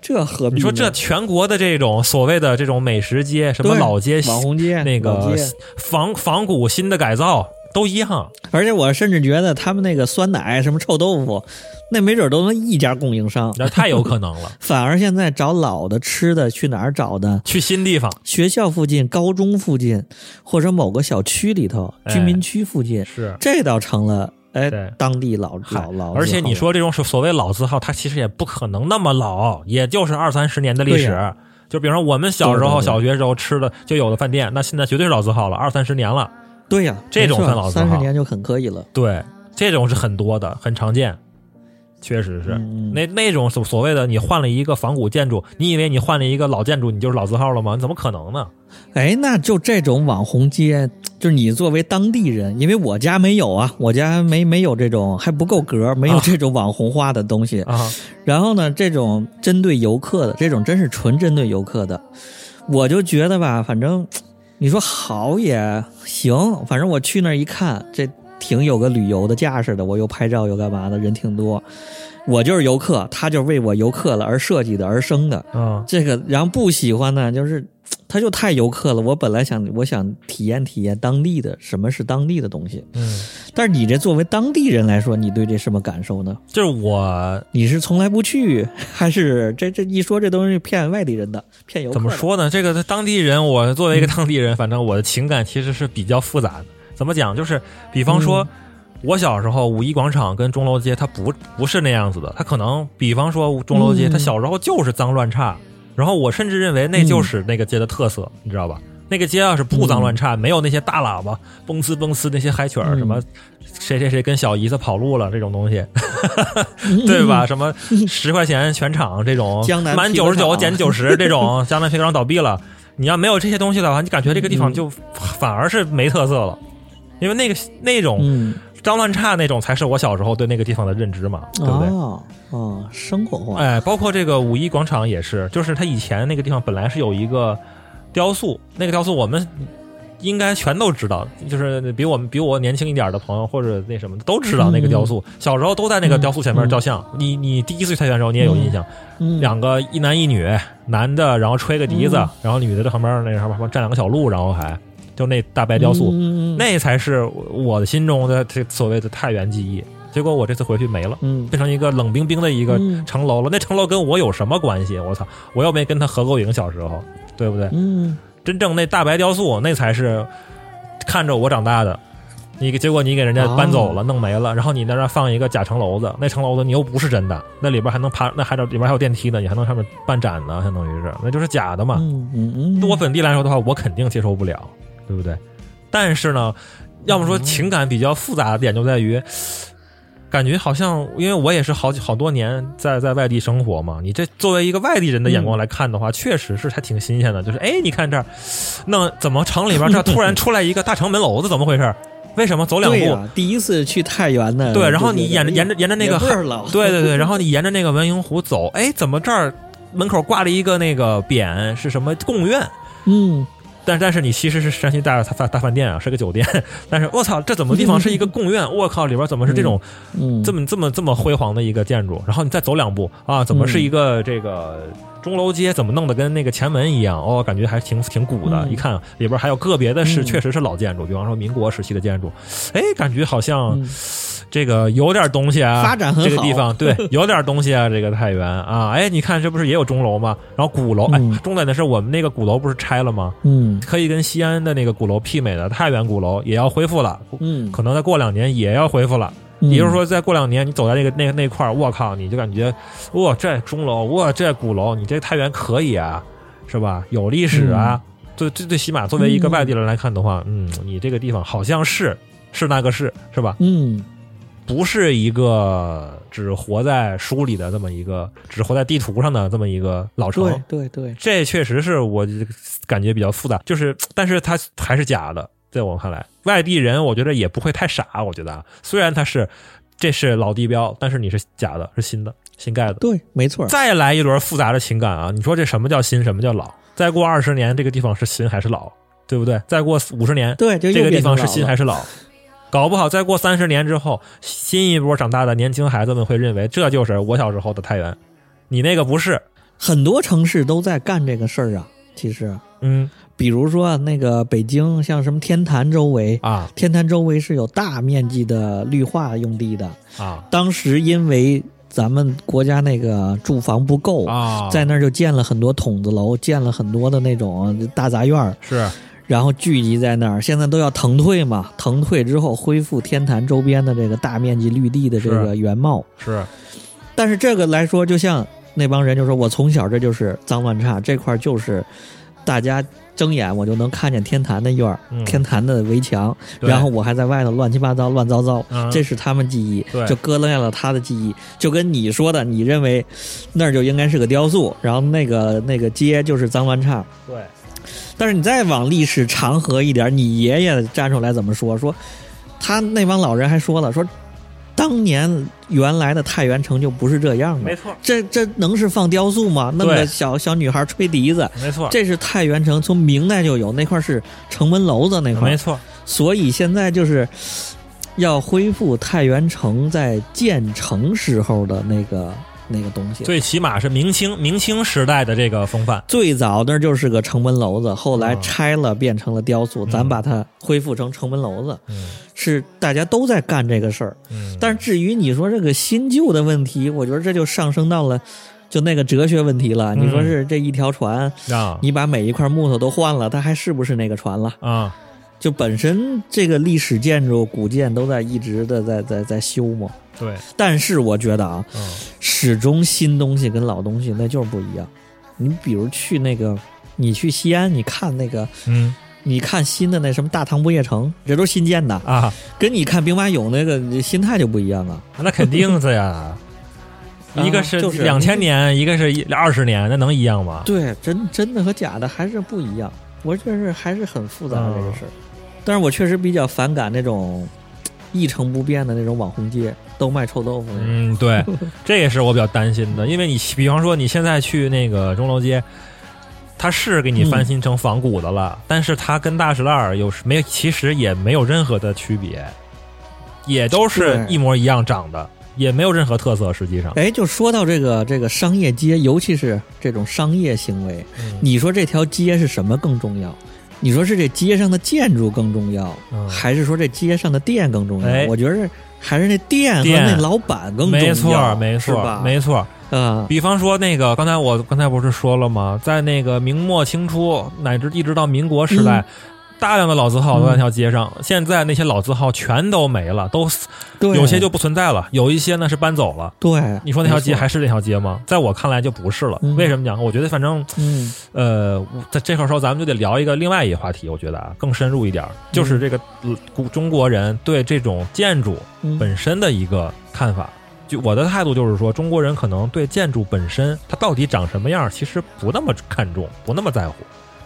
这何必呢？你说这全国的这种所谓的这种美食街，什么嗯对老街、网红街那老个街仿仿古新的改造都一样，而且我甚至觉得他们那个酸奶、什么臭豆腐，那没准都能一家供应商。那太有可能 了。反而现在找老的吃的去哪儿找呢？去新地方学校附近、高中附近，或者某个小区里头、哎居民区附近，是。这倒成了哎对当地老嗨老老字号。而且你说这种所所谓老字号，它其实也不可能那么老，也就是二三十年的历对史。就比如说我们小时对对候、对小学时候吃的就有的饭店，那现在绝对是老字号了，二三十年了。对呀、这种算老字号三十年就很可以了。对，这种是很多的，很常见，确实是。嗯嗯那那种所所谓的你换了一个仿古建筑，你以为你换了一个老建筑，你就是老字号了吗？你怎么可能呢？哎，那就这种网红街，就是你作为当地人，因为我家没有啊，我家没没有这种还不够格，没有啊这种网红化的东西。啊，然后呢，这种针对游客的，这种真是纯针对游客的，我就觉得吧，反正你说好也行，反正我去那儿一看，这挺有个旅游的架势的，我又拍照又干嘛的，人挺多，我就是游客，他就是为我游客了而设计的而生的，嗯，这个，然后不喜欢呢，就是他就太游客了。我本来想，我想体验体验当地的什么是当地的东西，嗯，但是你这作为当地人来说，你对这什么感受呢？就是我你是从来不去， 还是这这一说这东西骗外地人的，嗯骗游客？怎么？说呢？这个当地人，我作为一个当地人，反正我的情感其实是比较复杂的。怎么讲？就是比方嗯说，我小时候五一广场跟钟楼街，它不不是那样子的。它可能，比方说钟楼街，嗯它小时候就是脏乱差，然后我甚至认为那就是那个街的特色，你知道吧？那个街要是不脏乱差，没有那些大喇叭蹦呲蹦呲那些嗨曲儿，嗯什么谁谁谁跟小姨子跑路了这种东西，嗯 对吧？什么十块钱全场这种，江南满皮九革十九厂减九十这种，江南皮革厂倒闭了。你要没有这些东西的话，你感觉这个地方嗯就反而是没特色了，因为那个那种嗯，脏乱差那种才是我小时候对那个地方的认知嘛，对不对？哦哦，生活化，哎，包括这个五一广场也是，就是它以前那个地方本来是有一个雕塑，那个雕塑我们应该全都知道，就是比我们比我年轻一点的朋友或者那什么的都知道那个雕嗯塑，小时候都在那个雕塑前面照相。你你第一次去太原的时候你也有印象，嗯，两个一男一女，男的然后吹个笛子，嗯然后女的在旁边那什么站两个小鹿，然后还就那大白雕塑，嗯，嗯嗯那才是我的心中的这所谓的太原记忆。结果我这次回去没了。嗯变成一个冷冰冰的一个嗯城楼了。那城楼跟我有什么关系？我操！我又没跟他合过影，小时候，对不对？嗯，真正那大白雕塑，那才是看着我长大的。你结果你给人家搬走了，弄没了，然后你在那儿放一个假城楼子，那城楼子你又不是真的，那里边还能爬，那还得里边还有电梯呢，你还能上面办展呢，相当于是，那就是假的嘛。嗯嗯嗯，对我本地来说的话，我肯定接受不了，对不对？但是呢，要么说情感比较复杂的点就在于，感觉好像因为我也是好几好多年在在外地生活嘛，你这作为一个外地人的眼光来看的话，确实是还挺新鲜的。就是哎，你看这儿，那怎么城里边这突然出来一个大城门楼子，怎么回事？为什么走两对步？呀第一次去太原呢，对，然后就觉你得沿着哎沿着沿着那也个味海儿了对对对，然后你沿着那个文营湖走，哎，怎么这儿门口挂了一个那个匾是什么贡院？ 嗯，但但是你其实是山西大大大饭店啊，是个酒店。 但是我操，这怎么地方是一个贡院？我靠，里边怎么是这种嗯，这么么这么这么辉煌的一个建筑？然后你再走两步啊，怎么嗯是一个这个钟楼街？怎么弄得跟那个前门一样？哦，感觉还挺挺古的。嗯一看里边还有个别的是嗯确实是老建筑，比方说民国时期的建筑，哎，感觉好像嗯这个有点东西啊，发展很好这个 地方对有点东西啊，这个太原啊，哎，你看这不是也有钟楼吗？然后鼓楼，哎嗯，重点的是我们那个鼓楼不是拆了吗？嗯可以跟西安的那个鼓楼媲美的太原鼓楼也要恢复了，嗯，可能再过两年也要恢复了。也就是说，再过两年你走在那个那那块儿，我靠，你就感觉哇，这钟楼，哇，这鼓楼，你这太原可以啊，是吧？有历史啊，最最最起码作为一个外地人来看的话，嗯，你这个地方好像是是那个是是吧？嗯，不是一个只活在书里的这么一个，只活在地图上的这么一个老城。对对对，这确实是我感觉比较复杂，就是，但是它还是假的，在我看来，外地人我觉得也不会太傻，我觉得啊，虽然它是这是老地标，但是你是假的，是新的，新盖的。对，没错儿。再来一轮复杂的情感啊！你说这什么叫新，什么叫老？再过二十年，这个地方是新还是老，对不对？再过五十年，对，就又这个地变成方是新老还了是老？搞不好再过三十年之后，新一波长大的年轻孩子们会认为这就是我小时候的太原，你那个不是。很多城市都在干这个事儿啊。其实，嗯比如说那个北京，像什么天坛周围，啊天坛周围是有大面积的绿化用地的。啊当时因为咱们国家那个住房不够，啊，在那儿就建了很多筒子楼，建了很多的那种大杂院儿，是然后聚集在那儿。现在都要腾退嘛，腾退之后恢复天坛周边的这个大面积绿地的这个原貌。是但是这个来说，就像那帮人就说，我从小这就是脏乱差，这块儿就是大家睁眼我就能看见天坛的院儿、嗯天坛的围墙，对然后我还在外头乱七八糟、乱糟糟。嗯这是他们记忆对，就割裂了他的记忆，就跟你说的，你认为那儿就应该是个雕塑，然后那个那个街就是脏乱差，对但是你再往历史长河一点，你爷爷站出来怎么说？说他那帮老人还说了，说当年原来的太原城就不是这样的，错这这能是放雕塑吗？弄对啊个小小女孩吹笛子，没错这是太原城，从明代就有，那块是城门楼子那块没，错所以现在就是要恢复太原城在建成时候的那个那个东西。最起码是明清明清时代的这个风范。最早那儿就是个城门楼子，后来啊拆了变成了雕塑，嗯咱把它恢复成城门楼子，嗯是大家都在干这个事儿。嗯，但是至于你说这个新旧的问题，我觉得这就上升到了就那个哲学问题了。嗯你说是这一条船，啊你把每一块木头都换了，它还是不是那个船了？啊就本身这个历史建筑、古建都在一直的在在在修嘛。对但是我觉得啊，嗯始终新东西跟老东西那就是不一样。你比如去那个，你去西安，你看那个，嗯你看新的那什么大唐不夜城，这都是新建的，啊。跟你看兵马俑那个心态就不一样啊。那肯定 的呀，一个是就是两千年，一个是二十年，那能一样吗？对，真真的和假的还是不一样。我觉得还是很复杂的嗯这个事儿，但是我确实比较反感那种嘖一成不变的那种网红街，都卖臭豆腐那种。嗯，对，这也是我比较担心的，因为你比方说你现在去那个钟楼街，它是给你翻新成仿古的了，但是它跟大石烂儿有没有其实也没有任何的区别，也都是对一模一样长的，也没有任何特色，实际上。哎，就说到这个这个商业街，尤其是这种商业行为，嗯你说这条街是什么更重要？你说是这街上的建筑更重要，嗯还是说这街上的店更重要？哎我觉得还是那店和店那老板更重要，没错，没是错吧，没错。啊、比方说那个，刚才我刚才不是说了吗？在那个明末清初乃至一直到民国时代，嗯大量的老字号都在那条街上。现在那些老字号全都没了，都死对，有些就不存在了，有一些呢是搬走了。对。你说那条街没错还是那条街吗？在我看来就不是了。嗯为什么讲？我觉得反正嗯呃，我在这块儿时候咱们就得聊一个另外一个话题，我觉得啊更深入一点嗯儿，就是这个呃古中国人对这种建筑嗯本身的一个看法。就我的态度就是说，中国人可能对建筑本身它到底长什么样儿，其实不那么看重，不那么在乎。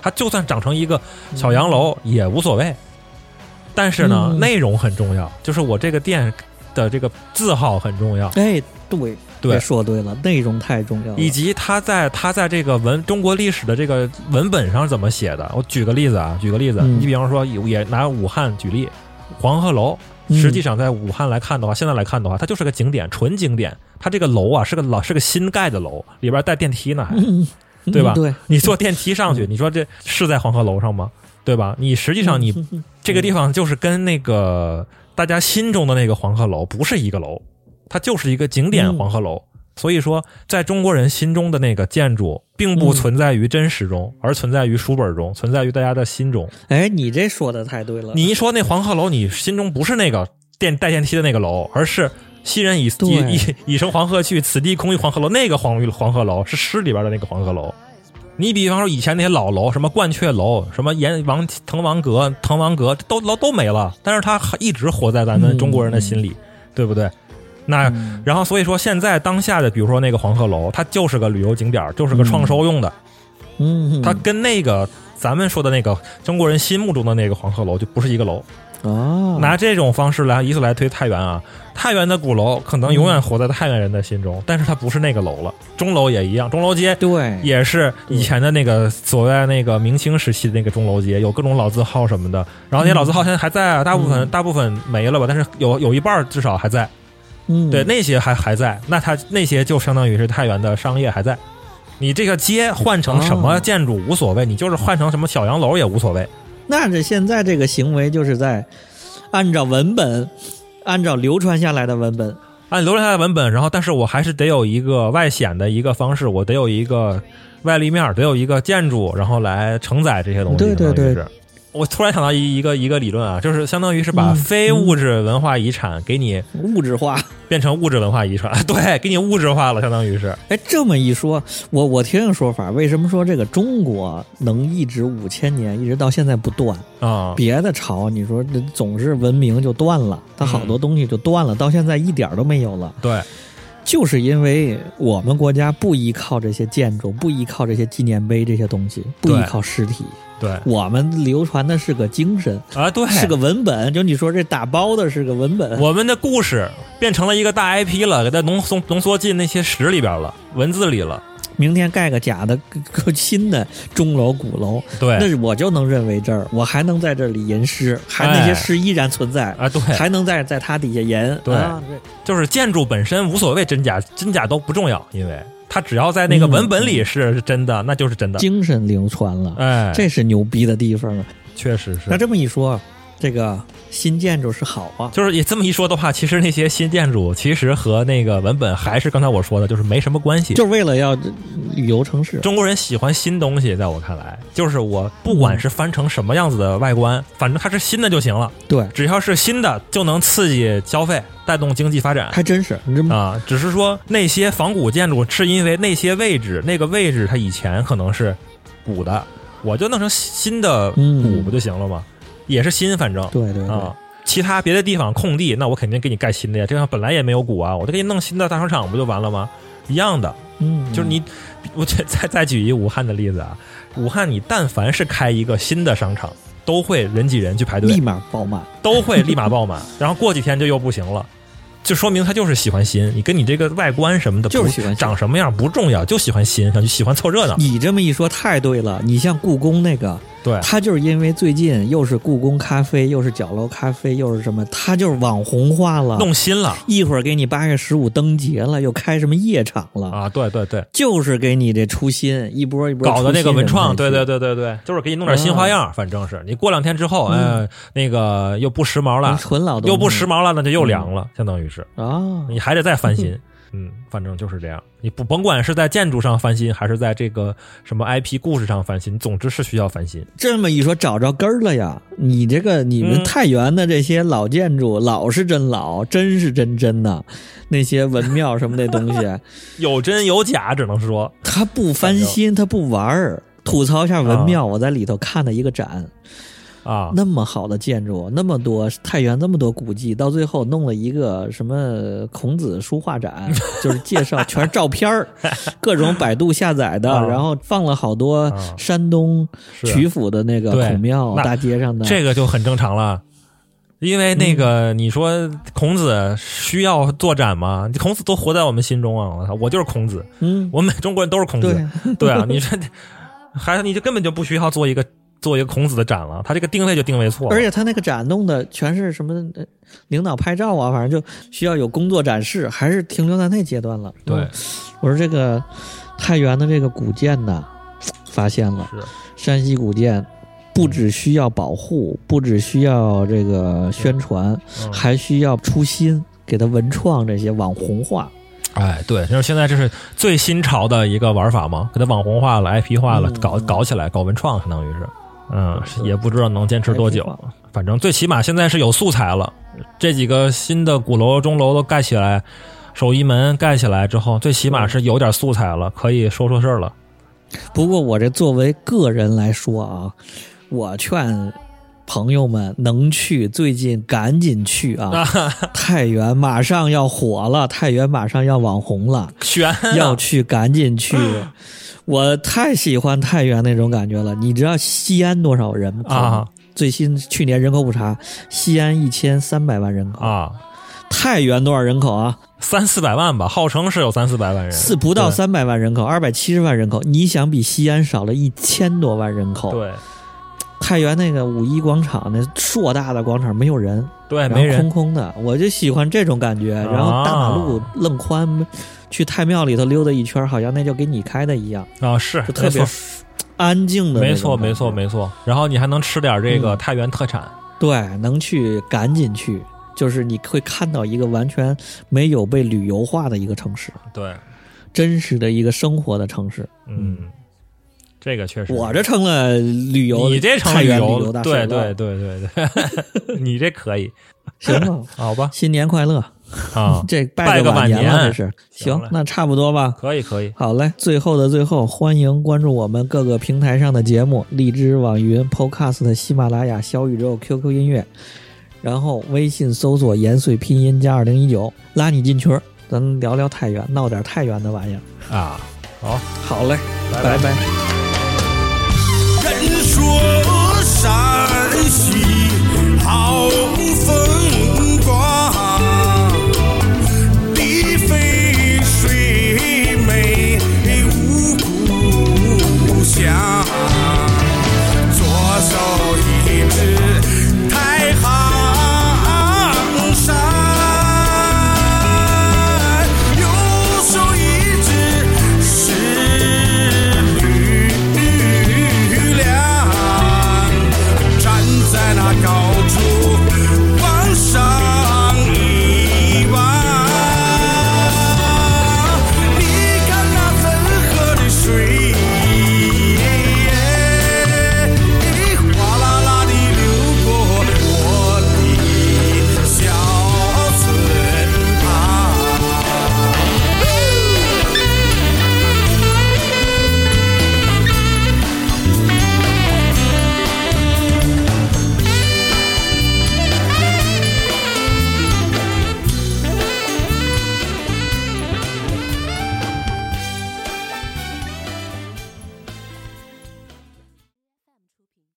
它就算长成一个小洋楼也无所谓，但是呢，嗯内容很重要，就是我这个店的这个字号很重要。哎对对这说对了，内容太重要了。以及他在他在这个文中国历史的这个文本上怎么写的。我举个例子啊，举个例子，嗯你比方说也也拿武汉举例，黄鹤楼，嗯实际上在武汉来看的话，现在来看的话，它就是个景点，纯景点。它这个楼啊，是个老是个新盖的楼，里边带电梯呢，还嗯嗯对吧？对， 你坐电梯上嗯去，你说这是在黄鹤楼上吗？对吧？你实际上你嗯这个地方就是跟那个大家心中的那个黄鹤楼不是一个楼，它就是一个景点嗯黄鹤楼。所以说，在中国人心中的那个建筑，并嗯不存在于真实中，而存在于书本中，存在于大家的心中。哎，你这说的太对了。 你一说那黄鹤楼，你心中不是那个电带电梯的那个楼，而是昔人已对已已已乘黄鹤去，此地空余黄鹤楼。那个黄黄鹤楼是诗里边的那个黄鹤楼。你比方说以前那些老楼，什么鹳雀楼、什么阎王滕王阁、滕王阁，都楼都没了，但是它还一直活在咱们嗯中国人的心里。对不对？那、然后所以说现在当下的，比如说那个黄鹤楼，它就是个旅游景点儿，就是个创收用的，嗯，它跟那个咱们说的那个中国人心目中的那个黄鹤楼就不是一个楼。啊，拿这种方式来以此来推太原啊，太原的鼓楼可能永远活在太原人的心中，但是它不是那个楼了。钟楼也一样，钟楼街对，也是以前的那个所谓那个明清时期的那个钟楼街，有各种老字号什么的。然后那些老字号现在还在啊，大部分、大部分没了吧，但是有有一半儿至少还在。嗯对，那些还还在，那它那些就相当于是太原的商业还在。你这个街换成什么哦建筑无所谓，你就是换成什么小洋楼也无所谓。那这现在这个行为就是在按照文本，按照流传下来的文本，按留下来的文本，然后但是我还是得有一个外显的一个方式，我得有一个外立面儿，得有一个建筑，然后来承载这些东西。对对相当于对是。我突然想到一一个一个理论啊，就是相当于是把嗯非物质文化遗产给你物质化。 变成物质文化遗产， 对，给你物质化了，相当于是。哎，这么一说，我我听个说法，为什么说这个中国能一直五千年一直到现在不断？啊、别的朝你说这总是文明就断了，它好嗯多东西就断了，到现在一点儿都没有了，对，就是因为我们国家不依靠这些建筑，不依靠这些纪念碑这些东西，不对依靠尸体，对，我们流传的是个精神。啊，对，是个文本，就你说这打包的是个文本，我们的故事变成了一个大 IP 了，给它浓缩浓缩进那些史里边了，文字里了。明天盖个假的 个个新的钟楼鼓楼，对，那我就能认为这儿，我还能在这里吟诗，还那哎些诗依然存在，啊，对，还能在在它底下吟，对啊就是建筑本身无所谓真假，真假都不重要，因为它只要在那嗯个文本里是真的，那就是真的。精神流传了，嗯哎，这是牛逼的地方啊！确实是那。这么一说，这个新建筑是好啊，就是也这么一说的话，其实那些新建筑其实和那个文本还是刚才我说的，就是没什么关系。就是为了要旅游城市，中国人喜欢新东西，在我看来，就是我不管是翻成什么样子的外观，反正它是新的就行了，对，只要是新的就能刺激消费，带动经济发展。还真是，你这么啊，只是说那些仿古建筑是因为那些位置，那个位置它以前可能是古的，我就弄成新的古嗯不就行了吗？也是新，反正对对对，啊，其他别的地方空地，那我肯定给你盖新的呀。这样本来也没有古啊，我就给你弄新的大商场不就完了吗？一样的，嗯，就是你， 我再再再举一武汉的例子啊，武汉你但凡是开一个新的商场，都会人挤人去排队，立马爆满，都会立马爆满，然后过几天就又不行了，就说明他就是喜欢新。你跟你这个外观什么的，就是不喜欢新长什么样不重要，就喜欢新，想去喜欢凑热闹。你这么一说太对了，你像故宫那个，嗯对它就是因为最近又是故宫咖啡，又是角楼咖啡，又是什么，它就是网红化了。弄新了一会儿给你八月十五灯节了，又开什么夜场了，啊！对对对，就是给你这出新一波一波搞的那个文创，对对对，对对对，就是给你弄点新花样，反正是你过两天之后，嗯，那个又不时髦了，嗯纯老东西啊又不时髦了，那就又凉了，相当于是啊，你还得再翻 新。嗯，反正就是这样。你不甭管是在建筑上翻新，还是在这个什么 IP 故事上翻新，总之是需要翻新。这么一说找着根儿了呀！你这个你嗯们太原的这些老建筑，老是真老，真是真真呐，那些文庙什么那东 西。有真有假，只能说他不翻新，他不玩儿。吐槽一下文庙，我在里头看了一个展，啊，那么好的建筑，那么多太原那么多古迹，到最后弄了一个什么孔子书画 展，就是介绍全是照片儿，各种百度下载的，啊然后放了好多啊山东是啊曲阜的那个对孔庙那大街上的，这个就很正常了。因为嗯那个，你说孔子需要作展吗？孔子都活在我们心中啊！我操，我就是孔子，嗯，我们中国人都是孔对子，，对啊，你说还你就根本就不需要做一个做一个孔子的展了，他这个定位就定位错了。而且他那个展弄的全是什么呃领导拍照啊，反正就需要有工作展示，还是停留在那阶段了。对嗯，我说这个太原的这个古建呐，发现了是山西古建。不只需要保护，不只需要这个宣传，嗯还需要出新，给它文创这些网红化。哎，对，就是现在这是最新潮的一个玩法嘛，给它网红化了、IP 化了，嗯搞搞起来，搞文创，相当于是，嗯，也不知道能坚持多久 IP 化，反正最起码现在是有素材了。这几个新的鼓楼、钟楼都盖起来，守义门盖起来之后，最起码是有点素材了，可以说说事儿了。不过我这作为个人来说啊，我劝朋友们能去，最近赶紧去啊！ 太原马上要火了，太原马上要网红了， 悬啊要去赶紧 去！我太喜欢太原那种感觉了。你知道西安多少人口吗啊？最新去年人口普查，西安一千三百万人口，啊，太原多少人口啊？三四百万吧，号称是有三四百万人，四不到对三百万人口，二百七十万人口。你想比西安少了一千多万人口？对太原那个五一广场那硕大的广场没有人，对，然哎没后空人啊空的，我就喜欢这种感觉。然后大马路愣宽，去太庙里头溜达一圈，好像那就给你开的一样，啊，是就特别没错安静的那没种错感觉。没错没错。然后你还能吃点这个嗯太原特产，对，能去赶紧去，就是你会看到一个完全没有被旅游化的一个城市，对，真实的一个生活的城市。嗯，这个确实，我这成了旅游，你这成太旅原游旅游大使对了对，对对对， 你这可以，行了，好吧新年快乐！啊， 这拜个个晚年年了，这是行行了，那差不多吧。可以可以，好嘞，最后的最后，欢迎关注我们各个平台上的节目：荔枝、网云、Podcast、喜马拉雅、小宇宙、QQ 音乐，然后微信搜索“延绥拼音加二零一九”，拉你进群儿，咱们聊聊太原，闹点太原的玩意儿。啊，好，好嘞，拜拜拜人说山西。